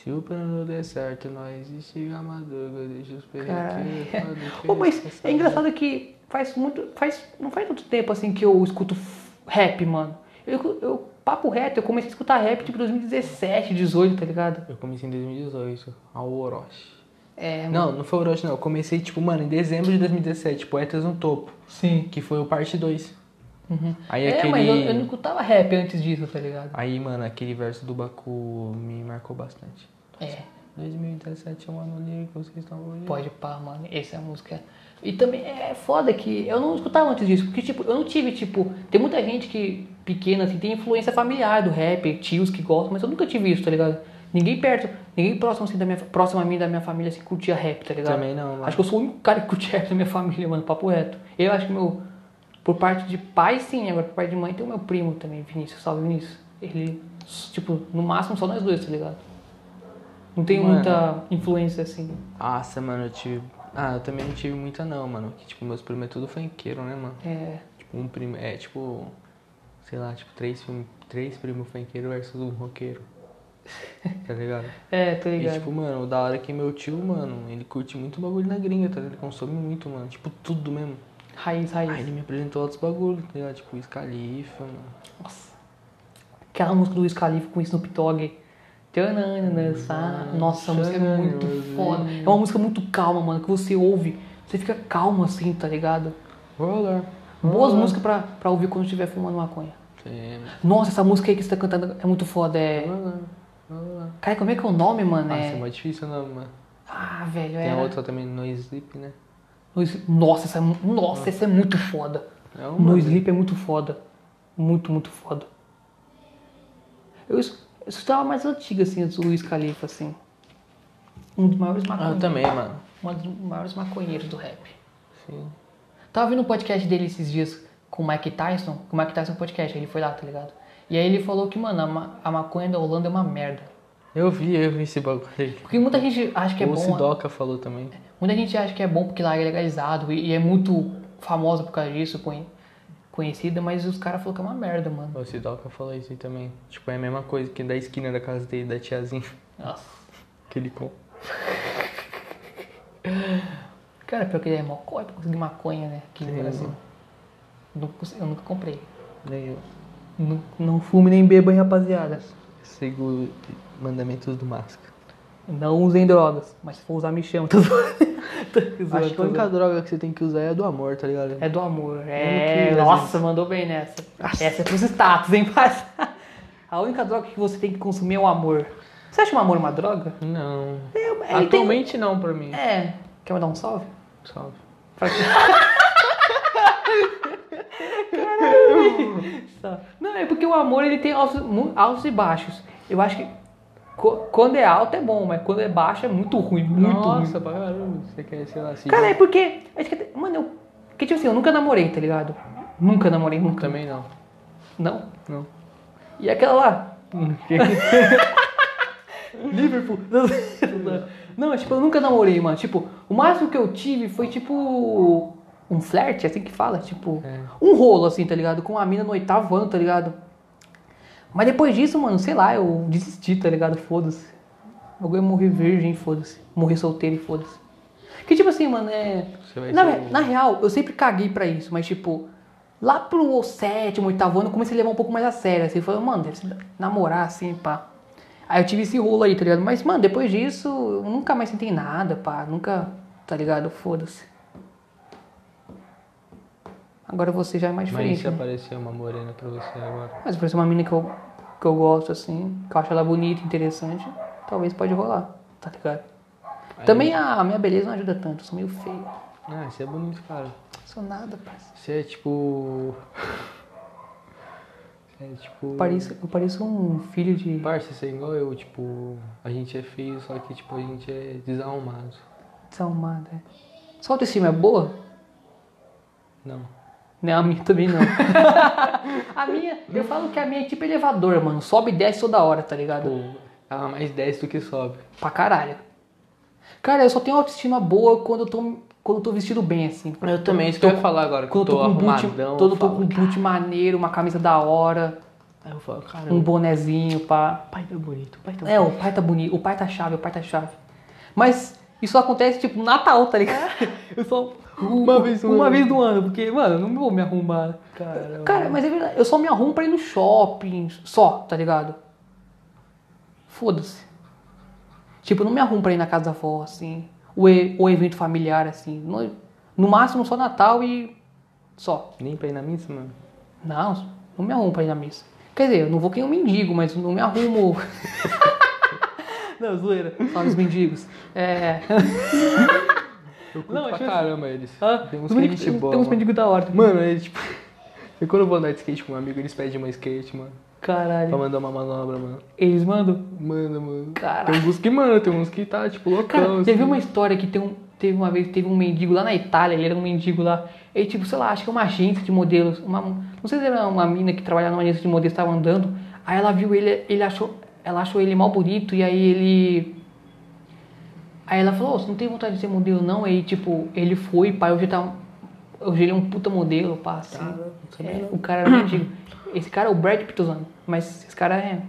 Se o plano der certo, nós chega a madruga, deixa os Caralho. [LAUGHS] perrequeiros. Ô, mas é engraçado que faz muito. Faz, não faz tanto tempo assim que eu escuto f- rap, mano. Eu, eu- papo reto, eu comecei a escutar rap tipo 2017, 18, tá ligado? Eu comecei em 2018, ao Orochi. É, Não, não foi Orochi, não. Eu comecei, tipo, mano, em dezembro de 2017, Poetas no tipo, Topo, sim. que foi o parte 2. Aí é, aquele. mas eu, eu não escutava rap antes disso, tá ligado? Aí, mano, aquele verso do Baku me marcou bastante. É. 2017 é um ano lírico, vocês estão olhando. Pode pá, mano, essa é a música. E também é foda que eu não escutava antes disso, porque tipo, eu não tive, tipo, tem muita gente que pequena assim tem influência familiar do rap, tios que gostam, mas eu nunca tive isso, tá ligado? Ninguém perto, ninguém próximo assim da minha próximo a mim da minha família assim curtia rap, tá ligado? Também não, mano. Acho que eu sou o único cara que curte rap da minha família, mano, papo reto. Eu acho que meu por parte de pai sim, agora por parte de mãe tem o meu primo também, Vinícius, salve Vinícius. Ele tipo, no máximo só nós dois, tá ligado? Não tem Mano. muita influência assim. Nossa, mano, eu tive. Ah, eu também não tive muita, não, mano. Que, tipo, meus primos é tudo funkeiro, né, mano? É, Tipo, um primo. É tipo. Sei lá, tipo, três, filme- três primos funkeiros versus um roqueiro. [LAUGHS] Tá ligado? é, tô E ligado. tipo, mano, o da hora é que meu tio, mano, ele curte muito bagulho na gringa, tá ligado? Ele consome muito, mano. Tipo, tudo mesmo. Raiz, raiz. Aí ele me apresentou outros bagulhos, tá ligado? Tipo, Scalifa, mano. Nossa. Aquela música do Wiz Khalifa com Snoop Dogg. Tananana, sa- Nossa, a música é muito foda. É uma música muito calma, mano, que você ouve. Você fica calmo assim, tá ligado? Roller. Boas músicas pra, pra ouvir quando estiver fumando maconha. Sim. Nossa, essa música aí que você tá cantando é muito foda. É... Roller. Roller. Cara, como é que é o nome, mano? Nossa, é É... mais difícil o nome, mano. Ah, velho, Tem a é. outra também, No Sleep, né? Nossa, essa é... mu- Nossa, essa é muito foda. É uma. No né? Sleep é muito foda. Muito, muito foda. Eu es- eu escutava mais antiga, assim, antes do Luiz Califa, assim. Um dos maiores Ah, eu maconheiros. também, mano. Um dos maiores maconheiros do rap. Sim. Tava vendo um podcast dele esses dias com o Mike Tyson. Com o Mike Tyson podcast, ele foi lá, tá ligado? E aí ele falou que, mano, a, ma- a maconha da Holanda é uma merda. Eu vi, eu vi esse bagulho aí. Porque muita gente acha que é o bom. Sidoca falou também. Muita gente acha que é bom porque lá é legalizado e, e é muito famosa por causa disso, conhe- conhecida, mas os caras falaram que é uma merda, mano. O Sidoca falou isso aí também. Tipo, é a mesma coisa que da esquina da casa dele, da tiazinha. [LAUGHS] Nossa. Que ele compra. Cara, pior que ele é mocó, é pra conseguir maconha, né? Aqui no Sim. Brasil. Nunca consegui- eu nunca comprei. Daí eu. Não, não fume nem beba, hein, rapaziada. Sigo mandamentos do Masca. Não usem drogas, mas se for usar, me chama. [LAUGHS] Tô zoando. Tô zoando, Acho tô que a zoando. única droga que você tem que usar é a do amor, tá ligado? É do amor. Mesmo É. que- Nossa, mandou bem nessa. Essa é pros status, hein, [LAUGHS] parça? A única droga que você tem que consumir é o amor. Você acha o amor uma droga? Não. É, ele tem- Atualmente não pra mim. É. Quer mandar um salve? Salve. Pra quê? Só. Não, é porque o amor ele tem altos, mu- altos e baixos. Eu acho que co- quando é alto é bom, mas quando é baixo é muito ruim, muito ruim. Nossa, pra caramba. Você quer, sei lá, se... Cara, é porque. Acho que, até- mano, eu. Porque tipo assim, eu nunca namorei, tá ligado? Nunca namorei, nunca. [LAUGHS] Também não. Não. Não. E aquela lá? [LAUGHS] Porque- Liverpool. [LAUGHS] Não, tipo, eu nunca namorei, mano. Tipo, o máximo que eu tive foi tipo. Um flerte, assim que fala, tipo. É. Um rolo, assim, tá ligado? Com a mina no oitavo ano, tá ligado? Mas depois disso, mano, sei lá, eu desisti, tá ligado? Foda-se. O bagulho é morrer virgem, foda-se. Morrer solteiro e foda-se. Que tipo assim, mano, é. Você vai Na, ser um re- o- na real, eu sempre caguei pra isso, mas tipo. Lá pro sétimo, oitavo ano, eu comecei a levar um pouco mais a sério. Assim, falei, mano, deve ser namorar assim, pá. Aí eu tive esse rolo aí, tá ligado? Mas, mano, depois disso, eu nunca mais sentei nada, pá. Nunca, tá ligado? Foda-se. Agora você já é mais Mas e diferente. se né? aparecer uma morena pra você agora? Mas por ser uma mina que eu, que eu gosto, assim, que eu acho ela bonita, interessante, talvez pode rolar, tá ligado? Aí- Também a, a minha beleza não ajuda tanto, eu sou meio feio. Ah, você é bonito, cara. Sou nada, parceiro. Você é tipo. [LAUGHS] Você é tipo. Eu pareço, eu pareço um filho de. Parça, você é igual eu, tipo, a gente é feio, só que tipo, a gente é desalmado. Desalmado, é. Sua autoestima é boa? Não. Não, a minha também [LAUGHS] não. a minha, eu falo que a minha é tipo elevador, mano. Sobe e desce toda hora, tá ligado? Pô, ela é mais desce do que sobe. Pra caralho. Cara, eu só tenho autoestima boa quando eu tô, quando eu tô vestido bem, assim. Eu também, isso que eu ia falar agora, que eu Quando tô, eu tô com um boot, arrumadão. todo, tô falo, com um boot maneiro, uma camisa da hora, Aí eu falo, cara, um o bonezinho, pá. pai tá bonito, o pai tá É, o pai tá bonito, o pai tá chave, o pai tá chave. Mas isso acontece, tipo, no Natal, tá [LAUGHS] ligado? Eu só... Uma vez no Uma ano. vez no ano, porque, mano, eu não vou me arrumar. Caramba. Cara, mas é verdade, eu só me arrumo pra ir no shopping, só, tá ligado? Foda-se. Tipo, eu não me arrumo pra ir na casa da avó, assim. Ou, e- ou evento familiar, assim. No, no máximo, só Natal e... Só. Nem pra ir na missa, mano. Não, não me arrumo pra ir na missa. Quer dizer, eu não vou que nem um mendigo, mas não me [LAUGHS] arrumo. não, zoeira. Só os mendigos. É. Eu curto Não, pra tipo- caramba eles. Ah, [LAUGHS] é tem uns os mendigos- skate bom. tem uns mendigos da hora. Mano, é tipo. [LAUGHS] Eu quando eu vou andar de skate com um amigo, eles pedem uma skate, mano. Pra Caralho. mandar uma manobra, mano. Eles mandam? Manda, mano. Caralho. Tem uns que manda, tem uns que tá, tipo, loucão. Cara, assim. teve uma história que tem um- teve uma vez, teve um mendigo lá na Itália, ele era um mendigo lá. Ele, tipo, sei lá, acho que é uma agência de modelos. Uma, não sei se era uma mina que trabalhava numa agência de modelos, estava andando. Aí ela viu ele, ele achou, ela achou ele mal bonito, e aí ele. Aí ela falou, "Ô, você não tem vontade de ser modelo não? Aí, tipo, ele foi, pai, hoje tá. um- Hoje ele é um puta modelo, pá, assim. Tá, É, o cara era um mendigo. Esse cara é o Brad Pituzano, mas esse cara é.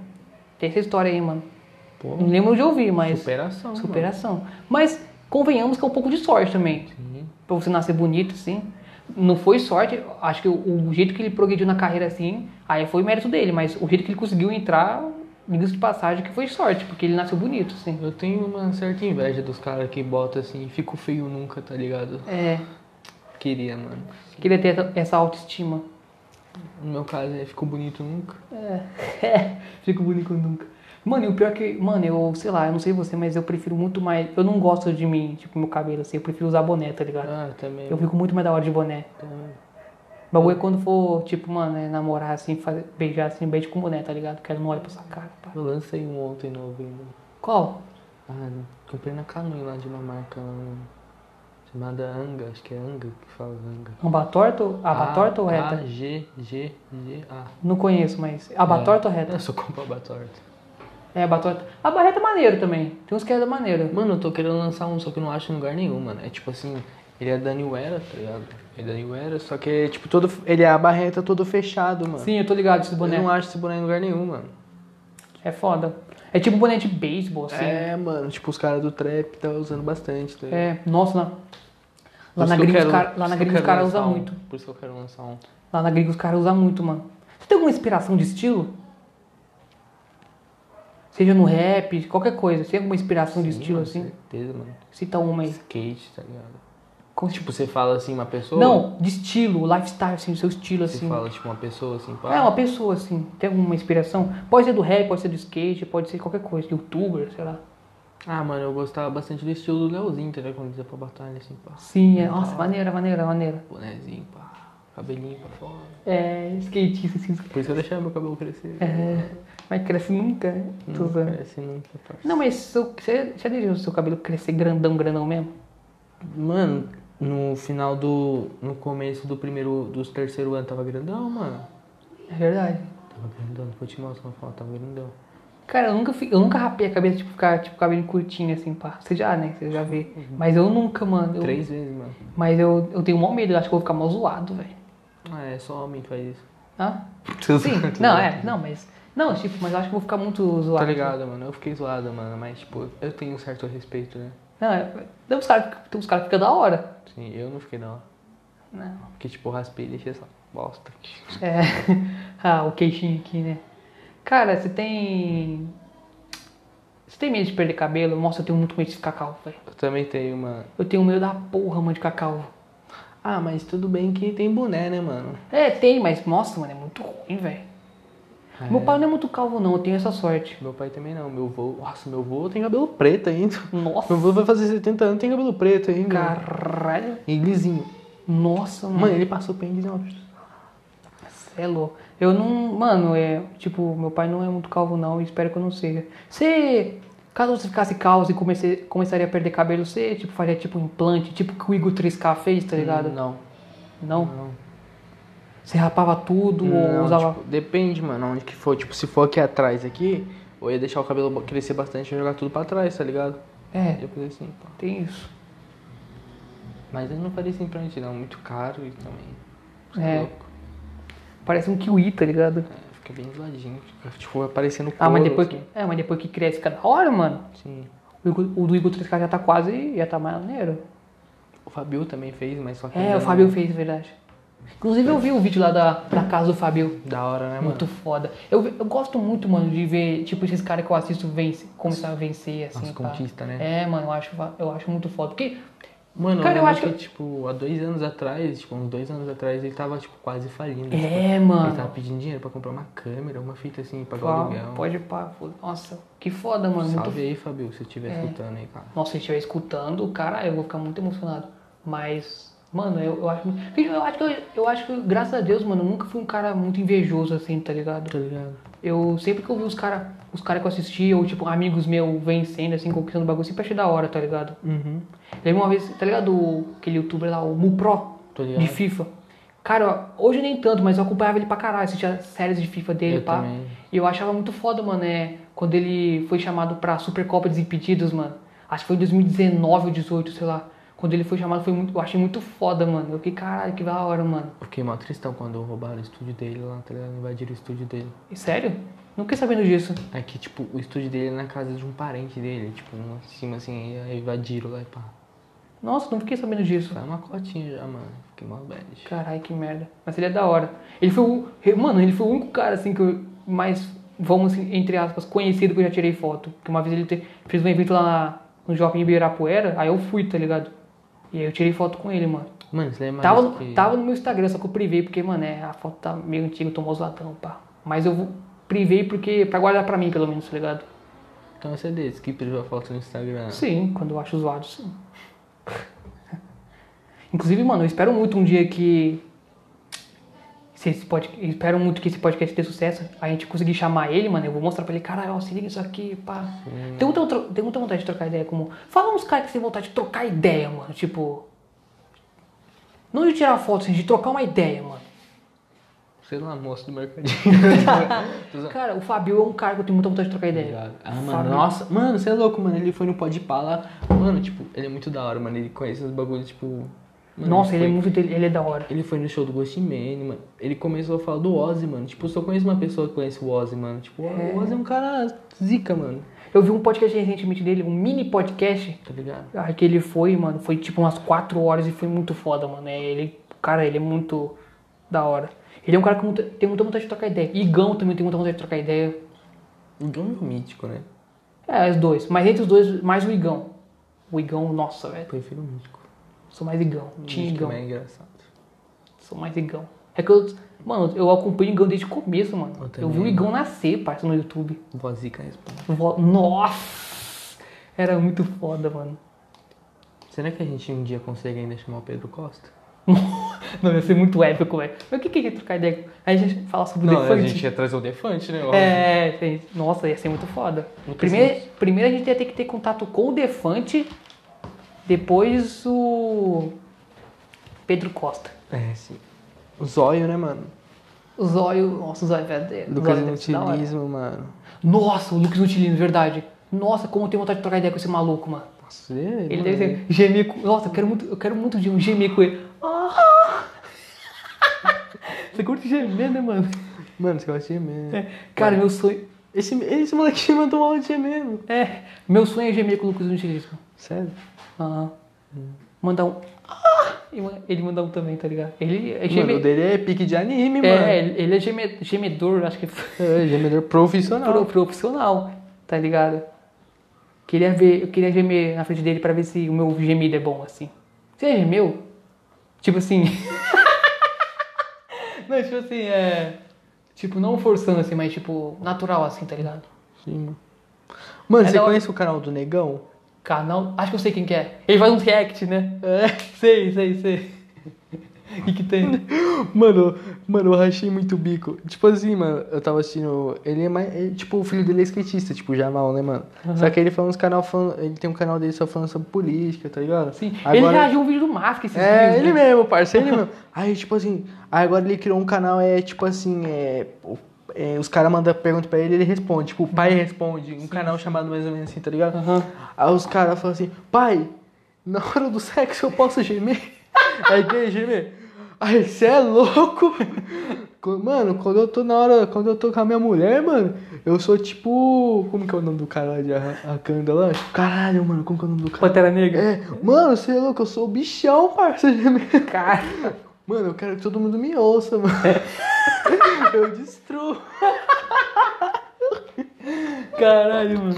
Tem essa história aí, mano. Pô, Não lembro onde eu ouvi, mas. superação. mano. Superação. Mas convenhamos que é um pouco de sorte também. Pra você nascer bonito, assim. Não foi sorte, acho que o, o jeito que ele progrediu na carreira, assim, aí foi mérito dele, mas o jeito que ele conseguiu entrar, diga-se de passagem, que foi sorte, porque ele nasceu bonito, assim. Eu tenho uma certa inveja dos caras que botam assim, fico feio nunca, tá ligado? É, Queria, mano. queria ter essa- essa autoestima. No meu caso é fico bonito nunca. É, é, [LAUGHS] fico bonito nunca. Mano, e o pior é que, mano, eu, sei lá, eu não sei você, mas eu prefiro muito mais, eu não gosto de mim, tipo, meu cabelo, assim, eu prefiro usar boné, tá ligado? Ah, também. Eu fico muito mais da hora de boné. também. O bagulho é quando for, tipo, mano, é namorar assim, fazer, beijar assim, beijo com boné, tá ligado? Quero não olhar pra sua cara, pá. Eu lancei um ontem novo ainda. Qual? Ah, não. comprei na Canoe lá de uma marca hum, chamada Anga, acho que é Anga que fala Anga. Aba torta ou- Ah, aba torta ou reta? A, G, G, G, A. Não conheço, mas. É. Aba torta ou reta? [LAUGHS] Eu só compro aba torta. É, aba torta. Aba reta é maneiro também. Tem uns que é maneiro. Mano, eu tô querendo lançar um, só que eu não acho em lugar nenhum, mano. É tipo assim, ele é da New Era, tá ligado? Ele é da New Era, só que é tipo todo. Ele é a barreta todo fechado, mano. Sim, eu tô ligado esses Eu boné. não acho esse boné em lugar nenhum, mano. É foda. É tipo boné de beisebol, assim. É. É, mano, tipo, os caras do trap tá usando bastante, tá ligado? Nossa, É, lá, Por lá na isso que eu gringa quero- os caras por isso que eu cara, quero cara lançar usam um. muito. Por isso que eu quero lançar um. Lá na gringa os caras usam muito, mano. Você tem alguma inspiração de estilo? Seja no rap, qualquer coisa. Você tem alguma inspiração de estilo, mano, assim? certeza, mano. Cita uma aí. Skate, tá ligado? Como se- Tipo, você fala assim uma pessoa. Não, de estilo, lifestyle, assim, do seu estilo, Você assim. fala tipo uma pessoa assim, pá. É, uma pessoa, assim, tem alguma inspiração? Pode ser do rap, pode ser do skate, pode ser qualquer coisa, youtuber, sei lá. Ah, mano, eu gostava bastante do estilo do Leozinho, tá ligado? Quando ele ia pra batalha, assim, pá. Sim, é. Nossa, maneira, maneira, maneira. Bonezinho, pá. Cabelinho pra fora. É, skatista, assim. Por isso que eu deixava meu cabelo crescer. É, mas cresce nunca, né? Tô Não zoando. cresce nunca, tá? parça. Não, mas seu- você já deixou o seu cabelo crescer grandão, grandão mesmo? Mano, no final do. No começo do primeiro. Dos terceiro ano tava grandão, mano. É verdade. Tava grandão, depois eu te mostro uma foto, tava grandão. Cara, eu nunca, fi- eu nunca rapei a cabeça, tipo, ficar, tipo, cabelo curtinho, assim, pá. Você já, né? Você já vê. Mas eu nunca, mano. eu- Uhum. Três vezes, mano. Mas eu, eu tenho mó medo, eu acho que eu vou ficar mal zoado, velho. Ah, é só homem que faz isso. Hã? Tô Sim, zoando, tô não, zoando. [LAUGHS] é, não, mas. Não, tipo, mas eu acho que eu vou ficar muito zoado. Tá ligado, mano? Eu fiquei zoado, mano, mas tipo, eu tenho um certo respeito, né? Não, é, tem uns caras que ficam da hora. Sim, eu não fiquei não. Não. Né? Porque tipo, eu raspei e deixei só. Bosta. É. [LAUGHS] ah, o queixinho aqui, né? Cara, você tem. Você tem medo de perder cabelo? Nossa, eu tenho muito medo de ficar calvo, velho. Eu também tenho uma. Eu tenho medo da porra, mano, de ficar calvo. Ah, mas tudo bem que tem boné, né, mano? É, tem, mas nossa, mano, é muito ruim, velho. Meu pai não é muito calvo, não, eu tenho essa sorte. Meu pai também não. Meu vô. Nossa, meu vô tem cabelo preto ainda. Nossa, Meu vô vai fazer 70 anos tem cabelo preto ainda. caralho. E lisinho. Nossa, mano. Mano, ele passou pente, não. Cê é louco. Eu não. Mano, é. Tipo, meu pai não é muito calvo, não. e Espero que eu não seja. Se. Caso você ficasse calvo e comece, começaria a perder cabelo, você, tipo, faria tipo implante, tipo o que o Igor 3K fez, tá ligado? Não. Não? Não. Você rapava tudo Não, ou usava. tipo, depende, mano, onde que for. Tipo, se for aqui atrás aqui, eu ia deixar o cabelo crescer bastante e jogar tudo pra trás, tá ligado? É, Eu falei assim, pá. tem isso. Mas eu não faria esse implante não, muito caro e também. Você É. louco. Parece um kiwi, tá ligado? É, fica bem zoadinho, fica, tipo, aparecendo couro, Ah, mas depois que. assim. É, mas depois que cresce cada hora, mano. Sim. O, Igor- o do Igor 3K já tá quase. Já tá maneiro. O Fabio também fez, mas só que... É, ainda o não- Fabio fez, é verdade. Inclusive eu vi o vídeo lá da, da casa do Fabio. Da hora, né, mano? É Muito foda. Eu, ve- eu gosto muito, mano, de ver, tipo, esses caras que eu assisto vence, começar a vencer, assim. As pá. conquistas, né? É, mano, eu acho, va- eu acho muito foda. Porque, Mano, Cara, eu lembro acho que- tipo, há dois anos atrás, tipo, uns dois anos atrás, ele tava, tipo, quase falindo. tipo, é, Ele tava mano. pedindo dinheiro pra comprar uma câmera, uma fita, assim, pagar o Fala, aluguel. pode pá, foda. Nossa, que foda, mano. Muito É. Salve aí, Fabio, se estiver escutando aí, cara. Nossa, se estiver escutando, cara, eu vou ficar muito emocionado. Mas, mano, eu, eu acho. muito- Eu acho que eu, eu acho que, graças a Deus, mano, eu nunca fui um cara muito invejoso assim, tá ligado? Tá ligado? Eu sempre que eu vi os caras os cara que eu assistia, ou tipo, amigos meus vencendo, assim, conquistando bagulho, sempre achei da hora, tá ligado? Uhum. Lembra uma vez, tá ligado? o- Aquele youtuber lá, o Mupro, Tô ligado. de FIFA. Cara, hoje nem tanto, mas eu acompanhava ele pra caralho, assistia séries de FIFA dele, Eu pá. também. E eu achava muito foda, mano, é, quando ele foi chamado pra Supercopa Desimpedidos, mano. Acho que foi em 2019 ou 18, sei lá. Quando ele foi chamado, foi muito, eu achei muito foda, mano. Eu fiquei, caralho, que da hora, mano. Eu fiquei mal tristão quando roubaram o estúdio dele lá, tá ligado? Invadiram o estúdio dele. E sério? Não fiquei sabendo disso. É que, tipo, o estúdio dele era na casa de um parente dele, tipo, em cima assim, aí invadiram lá e pá. Nossa, não fiquei sabendo disso. Foi uma cotinha já, mano. Fiquei mal bad. Caralho, que merda. Mas ele é da hora. Ele foi o. re- Mano, ele foi o único cara assim que eu mais, vamos assim, entre aspas, conhecido que eu já tirei foto. Porque uma vez ele te- fez um evento lá na- no shopping Ibirapuera, aí eu fui, tá ligado? E aí eu tirei foto com ele, mano. Mano, você lembra Tava, que... tava no meu Instagram, só que eu privei, porque, mano, é, a foto tá meio antiga, eu tô mó zoadão, pá. Mas eu vou- privei porque. pra guardar pra mim, pelo menos, tá ligado? Então você é desse que pediu a foto no Instagram. Sim, quando eu acho zoado, sim. Inclusive, mano, eu espero muito um dia que. Se esse pod... eu Espero muito que esse podcast dê sucesso. A gente conseguir chamar ele, mano. Eu vou mostrar pra ele, caralho, ó, se liga isso aqui, pá. Tem muita, outra- tem muita vontade de trocar ideia como. Fala uns caras que tem vontade de trocar ideia, mano. Tipo. Não de tirar foto, assim, de trocar uma ideia, mano. Sei lá, moço [LAUGHS] do [LAUGHS] mercadinho. Tô zoando. Cara, o Fabio é um cara que eu tenho muita vontade de trocar ideia. Obrigado. Ah, Fábio. mano, nossa, mano, você é louco, mano. Ele foi no pode lá. Mano, tipo, ele é muito da hora, mano. Ele conhece os bagulhos, tipo. mano, Nossa, ele é foi- muito. dele- Ele é da hora. Ele foi no show do Ghost Man, mano. Ele começou a falar do Ozzy, mano. Tipo, eu só conheço uma pessoa que conhece o Ozzy, mano. Tipo, o Ozzy é um cara zica, mano. Eu vi um podcast recentemente dele, um mini podcast. Tá ligado? Ah, que ele foi, mano, foi tipo umas 4 horas e foi muito foda, mano. É, ele, cara, ele é muito da hora. Ele é um cara que muita- tem muita vontade de trocar ideia. Igão também tem muita vontade de trocar ideia. O John é um mítico, né? É, os dois. Mas entre os dois, mais o Igão. O Igão, nossa, velho. Eu prefiro o mítico. Sou mais Igão. O Tinha mítico Igão. é mais engraçado. Sou mais Igão. É que eu. Mano, eu acompanho o Igão desde o começo, mano. Eu Eu, também. vi o Igão nascer, parça, no YouTube. Voz zica responde. Vo- Nossa! Era muito foda, mano. Será que a gente um dia consegue ainda chamar o Pedro Costa? Não, ia ser muito épico, velho. Mas o que que a gente ia trocar ideia? A gente um fala sobre o Não, a Defante. gente ia trazer o Defante, né? É, tem- nossa, ia ser muito foda. Lucas Primeiro, primeiro a gente ia ter que ter contato com o Defante, depois o Pedro Costa. É, sim. O zóio, né, mano? O Zóio, nossa, o Zóio é Lucas Zóio deve ser da hora. Inutilismo, mano. Nossa, o Lucas Nutilino, verdade. Nossa, como eu tenho vontade de trocar ideia com esse maluco, mano. Nossa, ele, é Ele mano, deve ser gemer com... Nossa, eu quero muito, eu quero muito de um gemer com ele. Ah! Você curte gemer, né, mano? É. Mano, você gosta de gemer. Cara, meu sonho... Esse, esse moleque mandou mal de gemer, mano. É, meu sonho é gemer com o Lucas Nutilismo. Sério? Aham. Mandar um. Ah! E mano, ele manda um também, tá ligado? Ele é Mano, o geme... dele é pique de anime, mano. É, ele ele é geme- gemedor, acho que foi. [LAUGHS] É, gemedor profissional. Pro- profissional, tá ligado? Queria ver, eu queria gemer na frente dele pra ver se o meu gemido é bom, assim. Você já gemeu? Tipo assim. [LAUGHS] não, tipo assim, é. Tipo, não forçando assim, mas tipo, natural assim, tá ligado? Sim, mano. Mano, É você da hora. conhece o canal do Negão? Canal. Acho que eu sei quem que é. Ele faz uns react, né? [LAUGHS] É, sei, sei, sei. O que, que tem? Mano, mano, eu rachei muito o bico. Tipo assim, mano, eu tava assistindo. Ele é mais. ele- tipo, o filho dele é skatista, tipo, o Jamal, né, mano? Só que ele faz uns canal falando. Ele tem um canal dele só falando sobre política, tá ligado? Sim. Ele Agora- reagiu a um vídeo do Mask esses É, dias, ele né? mesmo, [LAUGHS] parceiro, ele mesmo. Aí, tipo assim, aí agora ele criou um canal, é tipo assim, é. o- é, os caras mandam pergunta pra ele ele responde. Tipo, o pai responde. Um canal chamado mais ou menos assim, tá ligado? Uhum. Aham. Aí os caras falam assim, pai, na hora do sexo eu posso gemer? [LAUGHS] Aí quem gemer? Aí você é louco? Co- Mano, quando eu tô na hora, quando eu tô com a minha mulher, mano, eu sou tipo. Como que é o nome do cara lá de Akanda lá? Tipo, Caralho, mano, como que é o nome do cara? Pantera Negra. É, mano, você é louco, eu sou o bichão, parceiro. Cara. Mano, eu quero que todo mundo me ouça, mano. Eu destruo. Caralho, mano.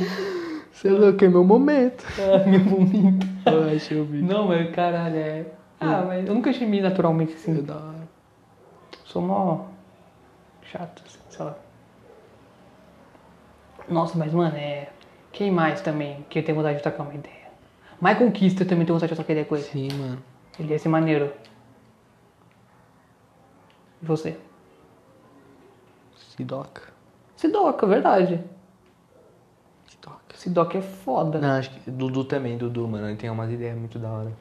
Você é louco, é meu momento. Ah, meu bonito. Eu achei o bicho. Não, mas caralho, é. Ah, mas eu nunca chamei naturalmente assim. Hum. É Da hora. Sou mó chato, assim, sei lá. Nossa, mas mano, é. Quem mais também que eu tenho vontade de trocar uma ideia? Michael Kister também tem vontade de trocar ideia com ele. Sim, mano. Ele ia ser maneiro. E você? Sidoca. Sidoca, é verdade. Sidoca. Sidoca é foda. Não, acho que Dudu também, Dudu, mano. Ele tem umas ideias muito da hora.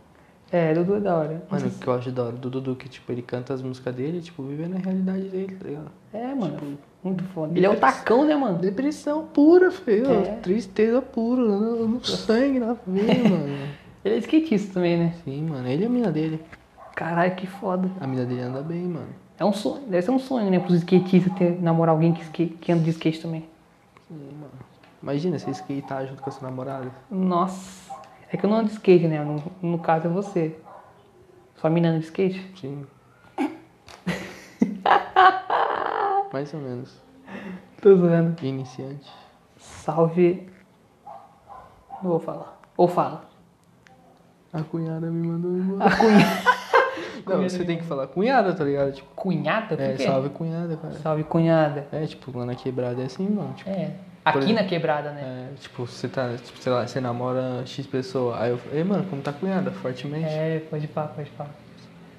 É, Dudu é da hora. Mano, o que eu acho da hora do Dudu, que tipo, ele canta as músicas dele, tipo, vivendo a realidade dele, tá ligado? É, mano. Tipo, muito foda. Ele é um tacão, né, mano? Depressão pura, feio. É. Tristeza pura, no, no sangue, na veia, mano. Ele é skatista também, né? Sim, mano. Ele é a mina dele. Caralho, que foda. A mina dele anda bem, mano. É um sonho, deve ser um sonho, né? Pros skatistas ter namorar alguém que, ske- que anda de skate também. Sim, mano. Imagina você skatear junto com a sua namorada. Nossa. É que eu não ando de skate, né? No, no caso é você. Sua mina anda de skate? [LAUGHS] Sim. Mais ou menos. Tô zoando. Iniciante. Salve. Não vou falar. Ou fala. A cunhada me mandou embora. [LAUGHS] A cunha... Não, você tem que falar cunhada, tá ligado? Tipo, cunhada? Por é, quê? salve cunhada, cara. Salve, cunhada. É, tipo, lá na quebrada é assim, mano. Tipo, É. Aqui exemplo. na quebrada, né? é, tipo, você tá, tipo, sei lá, você namora X pessoa. Aí eu falo, ei, mano, como tá a cunhada? Fortemente. É, pode pá, pode pá.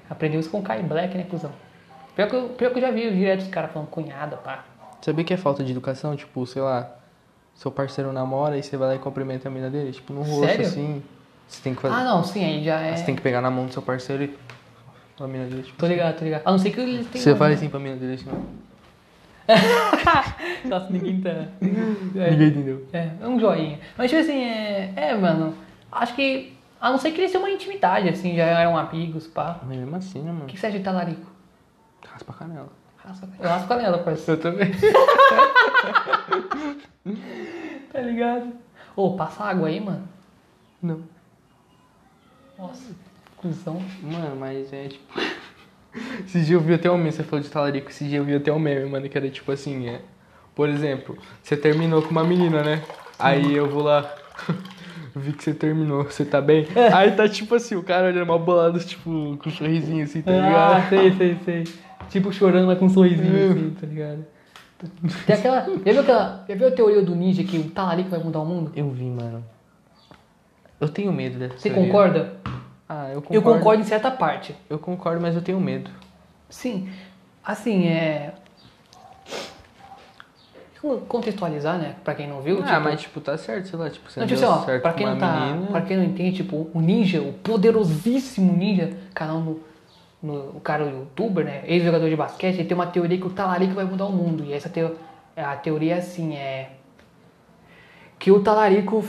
Aprendeu isso com o Kai Black, né, cuzão? Pior que, eu, pior que eu já vi direto os caras falando cunhada, pá. Sabia que é falta de educação? Tipo, sei lá, seu parceiro namora e você vai lá e cumprimenta a mina dele. Tipo, no rosto, Sério? assim. Você tem que fazer. Ah, não, sim, aí já é. Aí Você tem que pegar na mão do seu parceiro e. A mina dele, tipo, Tô ligado, tô ligado. A não ser que ele tenha. um Você fala assim pra mina dele assim, ó. [LAUGHS] Nossa, ninguém tá. Ninguém entendeu. É, é um joinha. Mas tipo assim, é. É, mano. Acho que. A não ser que eles tenham uma intimidade, assim, já eram amigos, pá. Mas mesmo assim, né, O mano? que você acha de talarico? Raspa a canela. Raspa- Eu rasco a canela, parceiro. Eu também. Tá ligado? Ô, passa água aí, mano. Não. Nossa, cuzão. Mano, mas é tipo. [LAUGHS] Esse dia eu vi até um meme, você falou de talarico, esse dia eu vi até um meme, mano, que era tipo assim, é. Por exemplo, você terminou com uma menina, né? Aí eu vou lá. [LAUGHS] Vi que você terminou, você tá [LAUGHS] bem? Aí tá tipo assim, o cara olhando mal bolado, tipo, com um sorrisinho assim, tá ligado? Ah, sei, sei, sei. Tipo chorando, mas com um sorrisinho assim, tá ligado? Tem aquela. Já viu aquela. Já viu a teoria do ninja que o talarico vai mudar o mundo? Eu vi, mano. Eu tenho medo dessa Você teoria. concorda? Ah, eu concordo. Eu concordo em certa parte. Eu concordo, mas eu tenho medo. Sim, assim, é. Vou Contextualizar, né? Pra quem não viu. ah, tipo- mas tipo, tá certo, sei lá, tipo, você Não, não, tipo deu assim, ó, certo pra com quem, uma não tá, menina. pra quem não entende, tipo, o Ninja, o poderosíssimo Ninja, canal no, no- o cara youtuber, né, ex-jogador de basquete, ele tem uma teoria que o talarico vai mudar o mundo. E essa teo, a teoria é assim, é... Que o talarico...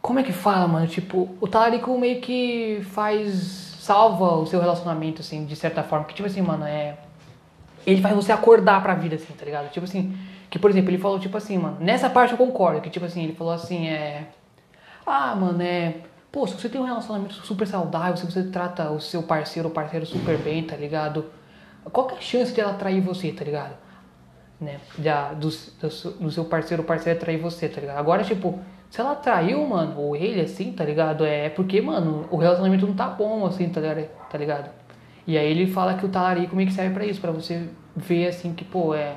Como é que fala, mano? Tipo, o talarico meio que faz... Salva o seu relacionamento, assim, de certa forma. Que, tipo assim, mano, é ele faz você acordar pra vida, assim, tá ligado? Tipo assim, que por exemplo, ele falou tipo assim, mano, nessa parte eu concordo, que tipo assim, ele falou assim, é. Ah, mano, é. Pô, se você tem um relacionamento super saudável, se você trata o seu parceiro ou parceiro super bem, tá ligado? Qual que é a chance de ela atrair você, tá ligado? Né? Da, do, do, do seu parceiro ou parceira atrair você, tá ligado? Agora, tipo, se ela traiu, mano, ou ele, assim, tá ligado? É porque, mano, o relacionamento não tá bom, assim, tá ligado? Tá ligado? E aí ele fala que o talarico meio que serve pra isso, pra você ver, assim, que, pô, é...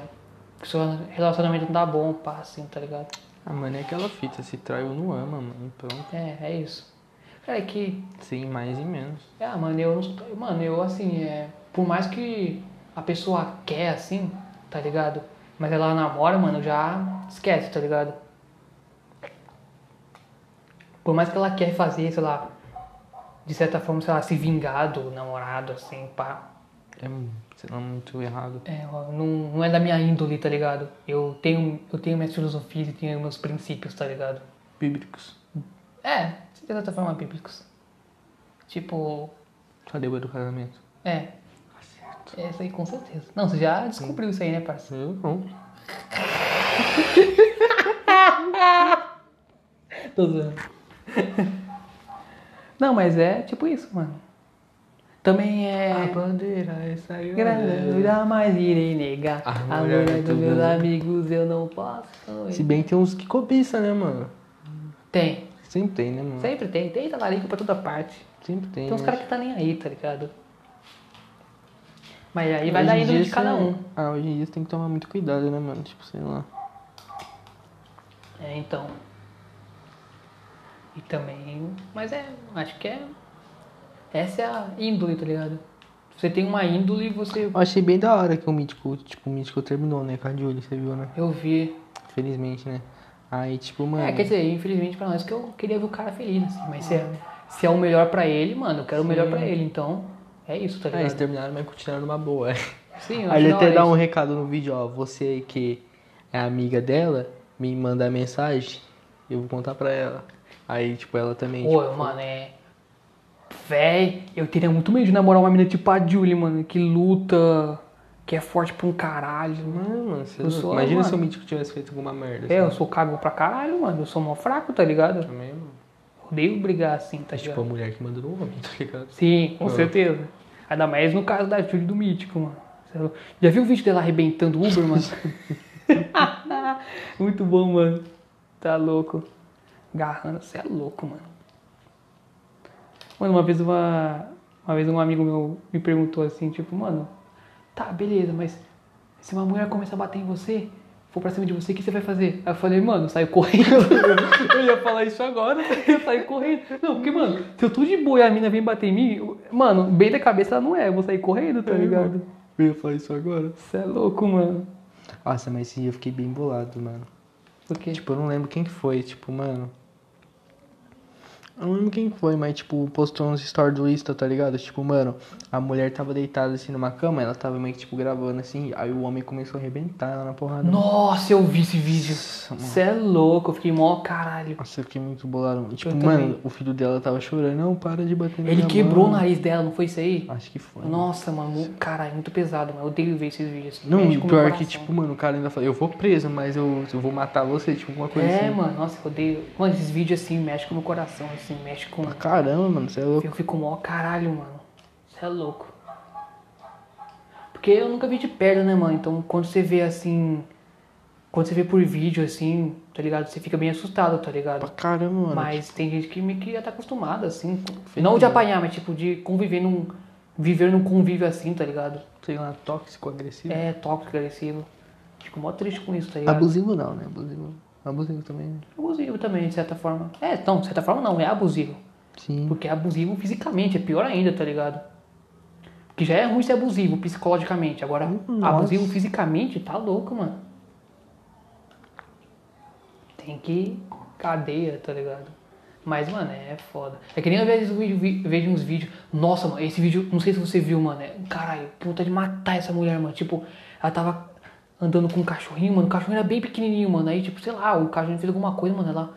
Que seu relacionamento não tá bom, pá, assim, tá ligado? Ah, mano, é aquela fita, se trai ou não ama, mano, pronto. É, é isso. Cara, é que... então, Sem mais e menos. Ah, mano, eu não sou... tra- Mano, eu, assim, é... Por mais que a pessoa quer, assim, tá ligado? Mas ela namora, mano, já esquece, tá ligado? Por mais que ela quer fazer, sei lá... De certa forma, sei lá, se vingar do namorado, assim, pá... É, sei lá, muito errado. É, ó, não, não é da minha índole, tá ligado? Eu tenho, eu tenho minhas filosofias e tenho meus princípios, tá ligado? Bíblicos. É, de certa forma, bíblicos. Tipo, Só deu do casamento. é, Tá certo. é isso aí com certeza. Não, você já descobriu isso aí, né, [LAUGHS] parceiro? Eu não. Tô zoando. [LAUGHS] Não, mas é tipo isso, mano. Também é. A bandeira é, saiu. né? Grande, jamais irei negar. A A mulher mulher do dos meus mundo. amigos eu não posso. Se bem que tem uns que cobiça, né, mano? Tem. Sempre tem, né, mano? Sempre tem. Tem talarico pra toda parte. Sempre tem. Tem uns né? caras que tá nem aí, tá ligado? Mas aí vai Hoje da em índole dia de cada você- um. Ah, hoje em dia você tem que tomar muito cuidado, né, mano? Tipo, sei lá. É, então. E também. Mas é, acho que é. Essa é a índole, tá ligado? Você tem uma índole e você. Eu achei bem da hora que o Mítico, tipo, o Mítico terminou, né, com a Julie, você viu, né? Eu vi. Felizmente, né? Aí, tipo, mano... É, quer dizer, infelizmente pra nós que eu queria ver o cara feliz, assim. Mas se é, se é o melhor pra ele, mano, eu quero o melhor Sim. pra ele. Então, é isso, tá É, eles ligado? terminaram, mas continuaram numa boa. Sim, eu Aí acho ele da até hora dá um isso. recado no vídeo, ó. Você que é amiga dela, me manda a mensagem, eu vou contar pra ela. Aí, tipo, ela também... Pô, tipo, mano, é. Véi, eu teria muito medo de namorar uma mina tipo a Julie, mano, que luta, que é forte pra um caralho, mano. Mano, mano, você Eu não- sou- imagina mano. se o Mítico tivesse feito alguma merda. É, eu assim, sou cago pra caralho, mano. Eu sou mó fraco, tá ligado? também, mano. Odeio brigar assim, tá É tipo a ligado? mulher que manda no homem, tá ligado? Sim, com Ah. certeza. Ainda mais no caso da Julie do Mítico, mano. Cê- Já viu o vídeo dela arrebentando o [LAUGHS] Uber, mano? [LAUGHS] Muito bom, mano. Tá louco. Garrando, você é louco, mano. Mano, uma vez uma. Uma vez um amigo meu me perguntou assim, tipo, mano, tá, beleza, mas se uma mulher começar a bater em você, for pra cima de você, o que você vai fazer? Aí eu falei, mano, eu saio correndo. [LAUGHS] eu ia falar isso agora. Eu saí correndo. Não, porque, mano, se eu tô de boa e a mina vem bater em mim, eu- mano, bem da cabeça ela não é. Eu vou sair correndo, tá ligado? Eu ia falar isso agora. Você é louco, mano. Nossa, mas esse dia eu fiquei bem bolado, mano. Porque, tipo, Tipo, eu não lembro quem que foi, tipo, mano. Eu não lembro quem que foi, mas, tipo, postou uns stories do Insta, tá ligado? Tipo, mano, a mulher tava deitada assim numa cama, ela tava meio que, tipo, gravando assim, aí o homem começou a arrebentar ela na porrada. nossa, eu vi esse vídeo. Nossa, mano. Você é louco, eu fiquei mó caralho. Nossa, eu fiquei muito bolado. Tipo, também. mano, o filho dela tava chorando, não, para de bater na Ele minha quebrou o mão. nariz dela, não foi isso aí? Acho que foi. Nossa, mano, mu- caralho, muito pesado, mano. Eu odeio ver esses vídeos. assim. Não, Mexe e com meu pior que, coração. tipo, mano, o cara ainda falou, eu vou preso, mas eu, eu vou matar você, tipo, alguma coisa É, assim. mano, nossa, eu odeio. Mano, esses vídeos assim mexem com o meu coração, assim, mexe com. Pra caramba, mano, você é louco. Eu fico mó caralho, mano. Você é louco. Porque eu nunca vi de perto, né, mano? Então quando você vê assim. Quando você vê por vídeo, assim, tá ligado? Você fica bem assustado, tá Pra ligado? caramba, mano. Mas tem gente que meio que já tá acostumada, assim. com- Sim. Não de apanhar, mas tipo, de conviver num. Viver num convívio assim, tá ligado? Tipo, Sei lá, tóxico, agressivo. É tóxico, agressivo. Fico mó triste com isso, tá ligado? Abusivo não, né? Abusivo. Abusivo também, né? Abusivo também, de certa forma. É, então, de certa forma não, é abusivo. Sim. Porque é abusivo fisicamente, é pior ainda, tá ligado? Que já é ruim ser abusivo psicologicamente. Agora, Nossa. abusivo fisicamente, tá louco, mano. Tem que cadeia, tá ligado? Mas, mano, é foda. É que nem às vezes eu vejo, vi- vejo uns vídeos. Nossa, mano, esse vídeo, não sei se você viu, mano. É, caralho, que vontade de matar essa mulher, mano. Tipo, ela tava andando com um cachorrinho, mano. O cachorrinho era bem pequenininho, mano. Aí, tipo, sei lá, o cachorrinho fez alguma coisa, mano. Ela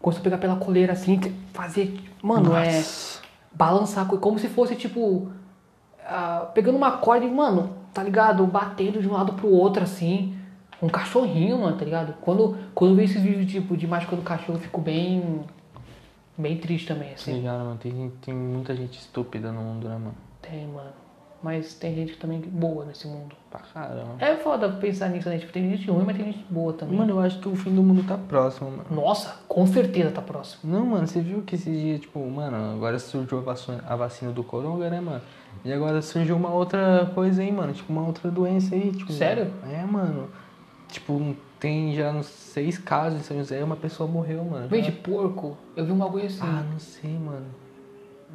começou a pegar pela coleira assim, fazer. Mano, é Nossa. balançar co- como se fosse tipo ah, pegando uma corda e mano tá ligado batendo de um lado pro outro assim um cachorrinho mano tá ligado quando quando eu vejo esses vídeos tipo de machucando o cachorro eu fico bem Bem triste também, Se assim. ligaram, mano. Tem, gente- tem muita gente estúpida no mundo, né, mano? Tem, mano. Mas tem gente também boa nesse mundo. Pra caramba. É foda pensar nisso, né? Tipo, tem gente ruim, mas tem gente boa também. É, Mano, eu acho que o fim do mundo tá próximo, mano. Nossa, com certeza tá próximo. Não, mano, você viu que esse dia, tipo, mano, agora surgiu a vacina, a vacina do coronga, né, mano? E agora surgiu uma outra coisa aí, mano, tipo, uma outra doença aí, tipo... Sério? É, mano. Tipo, tem já uns seis casos em São José, uma pessoa morreu, mano. Vem de porco, eu vi um bagulho assim. Ah, não sei, mano.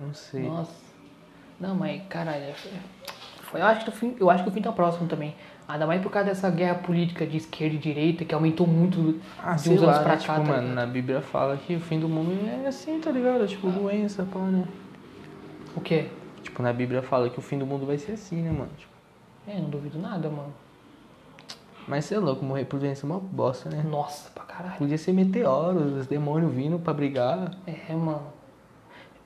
Não sei. Nossa. Não, mas caralho. é, Foi, eu, acho que o fim, eu acho que o fim tá próximo também. Ainda mais por causa dessa guerra política de esquerda e direita que aumentou muito Ah, de sei uns anos lá, pra né? cá. tipo, tá mano, ligado? Ah. na Bíblia fala que o fim do mundo é assim, tá ligado? Tipo, doença, pá, né? O quê? Tipo, na Bíblia fala que o fim do mundo vai ser assim, né, mano? Tipo, É, não duvido nada, mano. mas você é louco, morrer por doença é uma bosta, né? Nossa, pra caralho. Podia ser meteoros, os demônios vindo pra brigar. É, mano.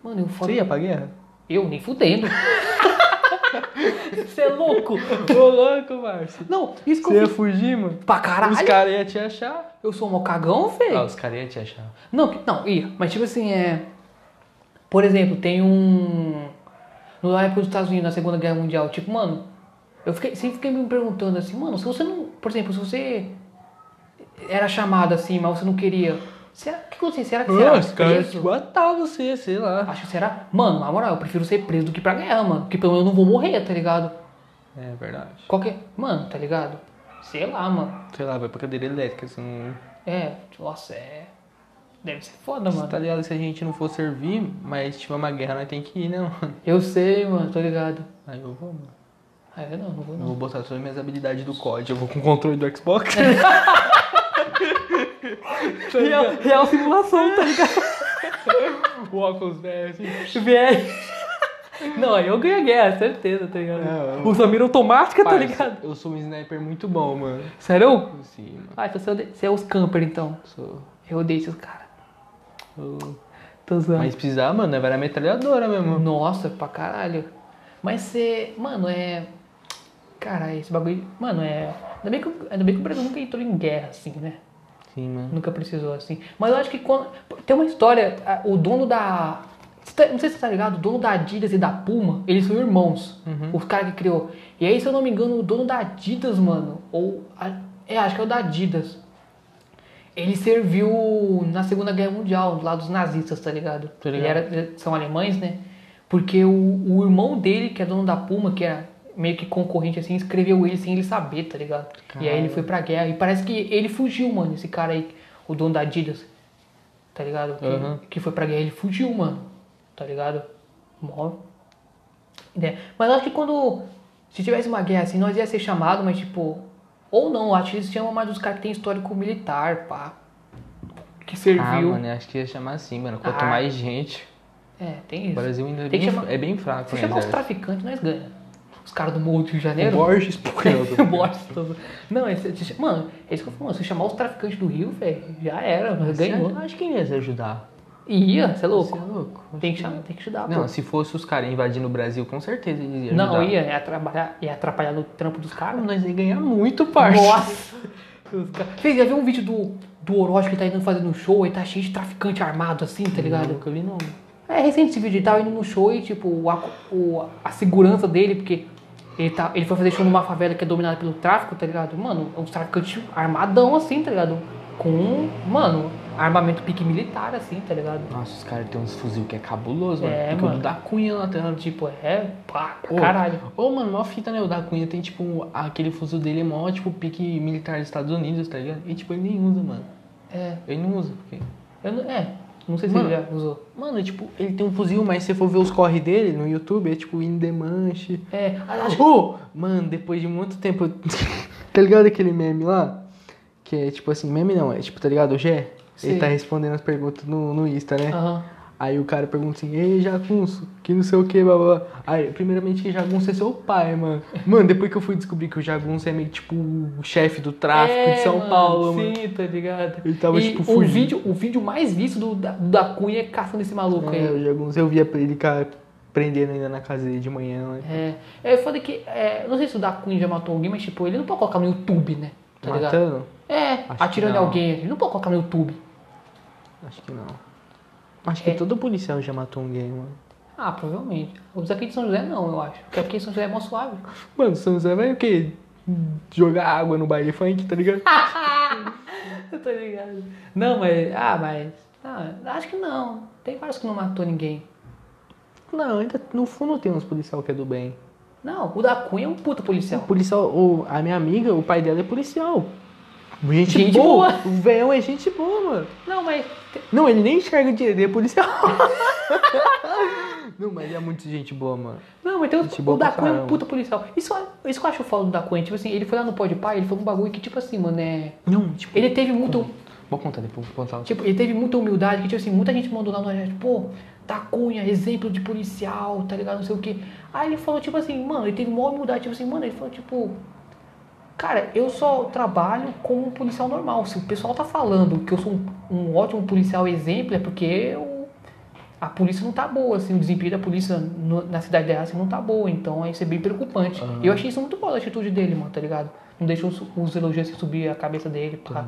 Mano, eu foda. Você ia pra guerra? Eu nem [LAUGHS] fudendo. Você é louco? Ô, louco, Márcio. Não, isso que Você eu ia fiz. fugir, mano? Pra caralho. Os caras iam te achar. Eu sou um cagão, feio. Ah, os caras iam te achar. Não, que- não, ia. Mas tipo assim, é. Por exemplo, tem um. No lá época dos Estados Unidos, na Segunda Guerra Mundial, tipo, mano, eu fiquei, sempre fiquei me perguntando assim, mano, se você não. Por exemplo, se você era chamado assim, mas você não queria. Será que acontecia? Será que você Ah, era os caras iam preso? te matar você, sei lá. Acho que será. Mano, na moral, eu prefiro ser preso do que pra guerra, mano. Porque pelo menos eu não vou morrer, tá ligado? É verdade. Qualquer. Mano, tá ligado? Sei lá, mano. Sei lá, vai pra cadeira elétrica, se não... É, nossa, é. Deve ser foda, mano. Tá ligado? Se a gente não for servir, mas tiver uma guerra, nós tem que ir, né, mano? Eu sei, mano, tô ligado. Aí eu vou, mano. Ah, eu não, não vou Eu não. vou botar todas as minhas habilidades do COD. Eu vou com o controle do [LAUGHS] Xbox. Tá Real, real simulação, tá ligado? [LAUGHS] o óculos velho, assim. Vier- Não, aí eu ganho a guerra, certeza, tá ligado? É, eu- Usa a mira automática, tá Parça, ligado? Eu sou um sniper muito bom, mano. Sério? Sim, mano. Ah, então você ode- você é os camper, então. Sou... Eu odeio esses caras. eu- Tô zoando. Mas se precisar, mano, né? vai na metralhadora Uhum. mesmo. Nossa, pra caralho. Mas você... Mano, é... Caralho, esse bagulho... Mano, é... Ainda bem, que, o- ainda bem que o Brasil nunca entrou em guerra, assim, né? Sim, mano. Nunca precisou, assim. Mas eu acho que quando... Tem uma história... a- O dono da... Você tá- Não sei se você tá ligado, o dono da Adidas e da Puma, eles são irmãos. Os caras que criou. E aí, se eu não me engano, o dono da Adidas, mano, ou... a- É, acho que é o da Adidas. Ele serviu na Segunda Guerra Mundial, do lado dos nazistas, tá ligado? Tô ligado. Ele era- ele- são alemães, né? Porque o, o irmão dele, que é dono da Puma, que era meio que concorrente assim, escreveu ele sem ele saber, tá ligado? E aí ele foi pra guerra. E parece que ele fugiu, mano, esse cara aí, o dono da Adidas, tá ligado? Que, Aham. que foi pra guerra, ele fugiu, mano, tá ligado? Mó né? Mas eu acho que quando. Se tivesse uma guerra assim, nós ia ser chamado, mas tipo. Ou não, acho que eles chamam mais dos caras que tem histórico militar, pá. Que Ah, serviu. mano, eu acho que ia chamar assim, mano. Quanto Ah. mais gente, é, tem isso. o Brasil ainda é Tem que bem, chamar- é bem fraco, Se né? chamar os exército? traficantes, nós ganha. Os caras do Morro do Rio de O Janeiro. [LAUGHS] Borges, pô, é eu tô- Bosta. Não, esse, esse- mano, é isso que eu falo. mano, Se chamar os traficantes do Rio, velho, já era, nós Você é ganhou. acha- Acho que ia se ajudar. E ia, você é louco. Você é louco. Tem que chamar, tem que ajudar, Não, pô. se fosse os caras invadindo o Brasil, com certeza eles iam Não, ajudar. ia, ia atrapalhar, ia atrapalhar no trampo dos caras. Nós ia ganhar muito, parça. Nossa! Os cara- Fez, já viu um vídeo do, do Orochi que tá indo fazendo um show e tá cheio de traficante armado assim, tá Eu ligado? nunca vi, não. É recente esse vídeo, ele tava indo no show e tipo, o a, o- a segurança dele, porque ele, tá, ele foi fazer show numa favela que é dominada pelo tráfico, tá ligado? Mano, é uns traficantes armadão assim, tá ligado? Com, mano, armamento pique militar assim, tá ligado? Nossa, os caras têm uns fuzil que é cabuloso, mano. É, Porque mano. o da Cunha lá tem... Tipo, é pá, pra Ô, caralho. Ô, mano, mó fita, né? O da Cunha tem, tipo, aquele fuzil dele é mó, tipo, pique militar dos Estados Unidos, tá ligado? E, tipo, ele nem usa, mano. É, Ele não usa, porque... eu não, é, não sei se Mano, ele já usou. Mano, tipo, ele tem um fuzil, mas se você for ver os corre dele no YouTube, é tipo in the manche. É, acho que. Ô, mano, depois de muito tempo. [LAUGHS] tá ligado aquele meme lá? Que é tipo assim, meme não, é tipo, tá ligado? O Gé? Sei. Ele tá respondendo as perguntas no, no Insta, né? Aham. Aí o cara pergunta assim, ei, Jacunço, que não sei o que, blá blá. blá." Aí, primeiramente, que Jagunço é seu pai, mano. Mano, depois que eu fui descobrir que o Jagunço é meio que, tipo o chefe do tráfico É, de São mano, Paulo, mano. Sim, tá ligado? Ele tava, e tipo, o fugindo. vídeo, o vídeo mais visto do, da, da Cunha é caçando esse maluco É, aí. o Jagunço, eu via ele cara, prendendo ainda na casa dele de manhã, né? É, é foda que. é, não sei se o da Cunha já matou alguém, mas tipo, ele não pode colocar no YouTube, né? Tá ligado? Matando? É, que atirando em não. alguém. Ele não pode colocar no YouTube. Acho que não. Acho que É. todo policial já matou um gay, mano. Ah, provavelmente. Os aqui de São José não, eu acho. Porque aqui em São José é mó [LAUGHS] suave. Mano, São José vai o quê? Jogar água no baile funk, tá ligado? Ah. eu tô Tá ligado. Não, mas. Ah, mas. Ah, acho que não. Tem vários que não matou ninguém. Não, ainda no fundo tem uns policial que é do bem. Não, o da Cunha é um puta policial. O policial, o, a minha amiga, o pai dela é policial. Gente, Gente boa. boa. O velhão é gente boa, mano. Não, mas. Não, ele nem enxerga direito, ele é policial. [LAUGHS] Não, mas ele é muito gente boa, mano. Não, mas tem Gente o, boa o da pra Cunha é um caramba. puta policial. Isso, isso que eu acho foda do da Cunha. Tipo assim, ele foi lá no Pode Pai, ele falou um bagulho que, tipo assim, mano, é. Não, tipo... Ele teve muito. Vou contar depois, vou contar. Tipo, ele teve muita humildade, que tipo assim, muita gente mandou lá no Nordeste, pô, da Cunha, exemplo de policial, tá ligado? Não sei o quê. Aí ele falou, tipo assim, mano, ele teve maior humildade, tipo assim, mano, ele falou, tipo, cara, eu só trabalho como um policial normal. Se o pessoal tá falando que eu sou um, um ótimo policial exemplo, é porque eu, a polícia não tá boa, assim, o desempenho da polícia no- na cidade dela assim, não tá boa, então aí isso é bem preocupante. E eu achei isso muito boa a atitude dele, mano, tá ligado? Não deixou os, os elogios assim, subir a cabeça dele, Tá. pá.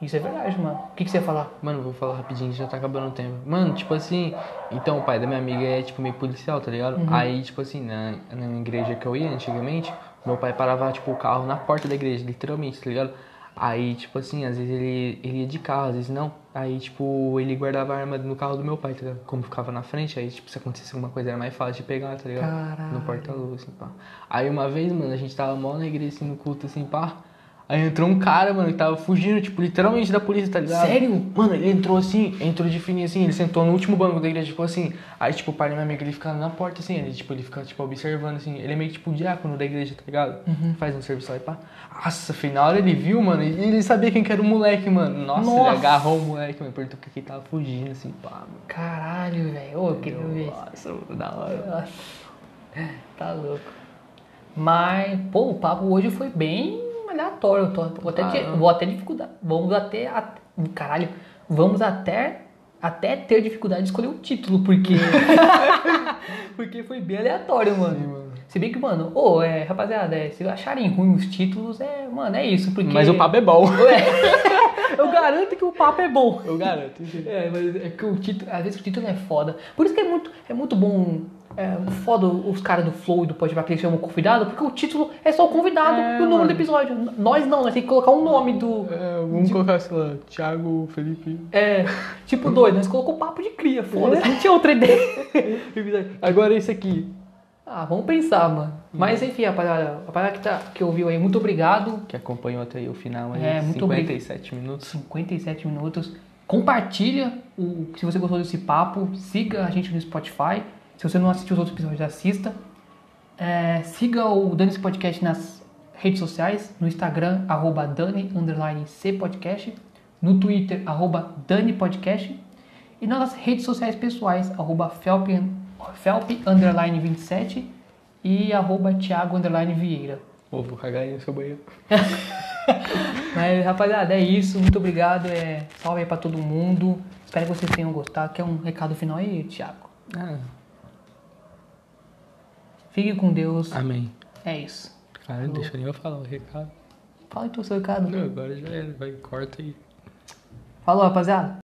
Isso é verdade, mano. O que, que você ia falar? Mano, vou falar rapidinho, já tá acabando o tempo. Mano, tipo assim, então o pai da minha amiga é tipo meio policial, tá Uhum. ligado? Aí, tipo assim, na, na igreja que eu ia antigamente, meu pai parava, tipo, o carro na porta da igreja, literalmente, tá ligado? Aí, tipo assim, às vezes ele, ele ia de carro, às vezes não. Aí, tipo, ele guardava a arma no carro do meu pai, tá ligado? Como ficava na frente, aí, tipo, se acontecesse alguma coisa era mais fácil de pegar, tá ligado? Caralho. No porta-luvas, assim, pá. Aí uma vez, mano, a gente tava mó na igreja, assim, no culto, assim, pá. Aí entrou um cara, mano, que tava fugindo, tipo, literalmente da polícia, tá ligado? Sério? Mano, ele entrou assim, entrou de fininho assim, ele sentou no último banco da igreja, tipo assim. Aí, tipo, o pai da minha amiga, ele fica na porta assim, ele, tipo, ele fica, tipo, observando assim. Ele é meio que, tipo, diácono da igreja, tá ligado? Faz um serviço lá e pá. Nossa, filho, na hora ele viu, mano, e ele sabia quem que era o moleque, mano. Nossa, Nossa. ele agarrou o moleque, mano, perguntou por que ele tava fugindo, assim, pá, mano. Caralho, velho. Ô, eu queria ver isso. Nossa, mano, da hora. Tá louco. Mas, pô, o papo hoje foi bem aleatório. Eu tô, vou, até, te- vou até dificuldade. Vamos até. a- caralho. Vamos até. Até ter dificuldade de escolher o título, porque. porque foi bem aleatório, mano. Se bem que, mano, ô, é, rapaziada, é, se acharem ruim os títulos, é, mano, é isso. Porque... Mas [LAUGHS] o papo é bom. Eu garanto que o papo é bom. [LAUGHS] Eu garanto, gente. É, mas é que o título, às vezes o título é foda. Por isso que é muito, é muito bom, é, foda os caras do Flow e do Podpah que eles chamam o convidado, porque o título é só o convidado É, e o nome mano. do episódio. N- Nós não, nós tem que colocar o nome do... É, vamos colocar, sei lá, Thiago, Felipe. É, tipo dois, nós colocou papo de cria, foda-se, não tinha outra ideia. [LAUGHS] Agora esse aqui. Ah, vamos pensar, mano. Hum. Mas enfim, rapaziada, rapaziada que, tá, que ouviu aí, muito obrigado. Que acompanhou até aí o final aí. É, muito obrigado. 57 minutos. 57 minutos. Compartilha o, se você gostou desse papo. Siga a gente no Spotify. Se você não assistiu os outros episódios, assista. É, siga o Dani C Podcast nas redes sociais. No Instagram, arroba Dani underline C Podcast. No Twitter, arroba Dani Podcast. E nas nossas redes sociais pessoais, arroba Felp, Felp underline 27 e arroba Thiago underline Vieira. Ô, vou cagar aí no seu banheiro. Mas, rapaziada, é isso. Muito obrigado. É, salve aí pra todo mundo. Espero que vocês tenham gostado. Quer um recado final aí, Thiago? Ah, Fique com Deus. amém. É isso. Cara, não deixa nem eu falar o recado. Fala então o seu recado. Não, agora já era. Vai, corta aí. Falou, rapaziada.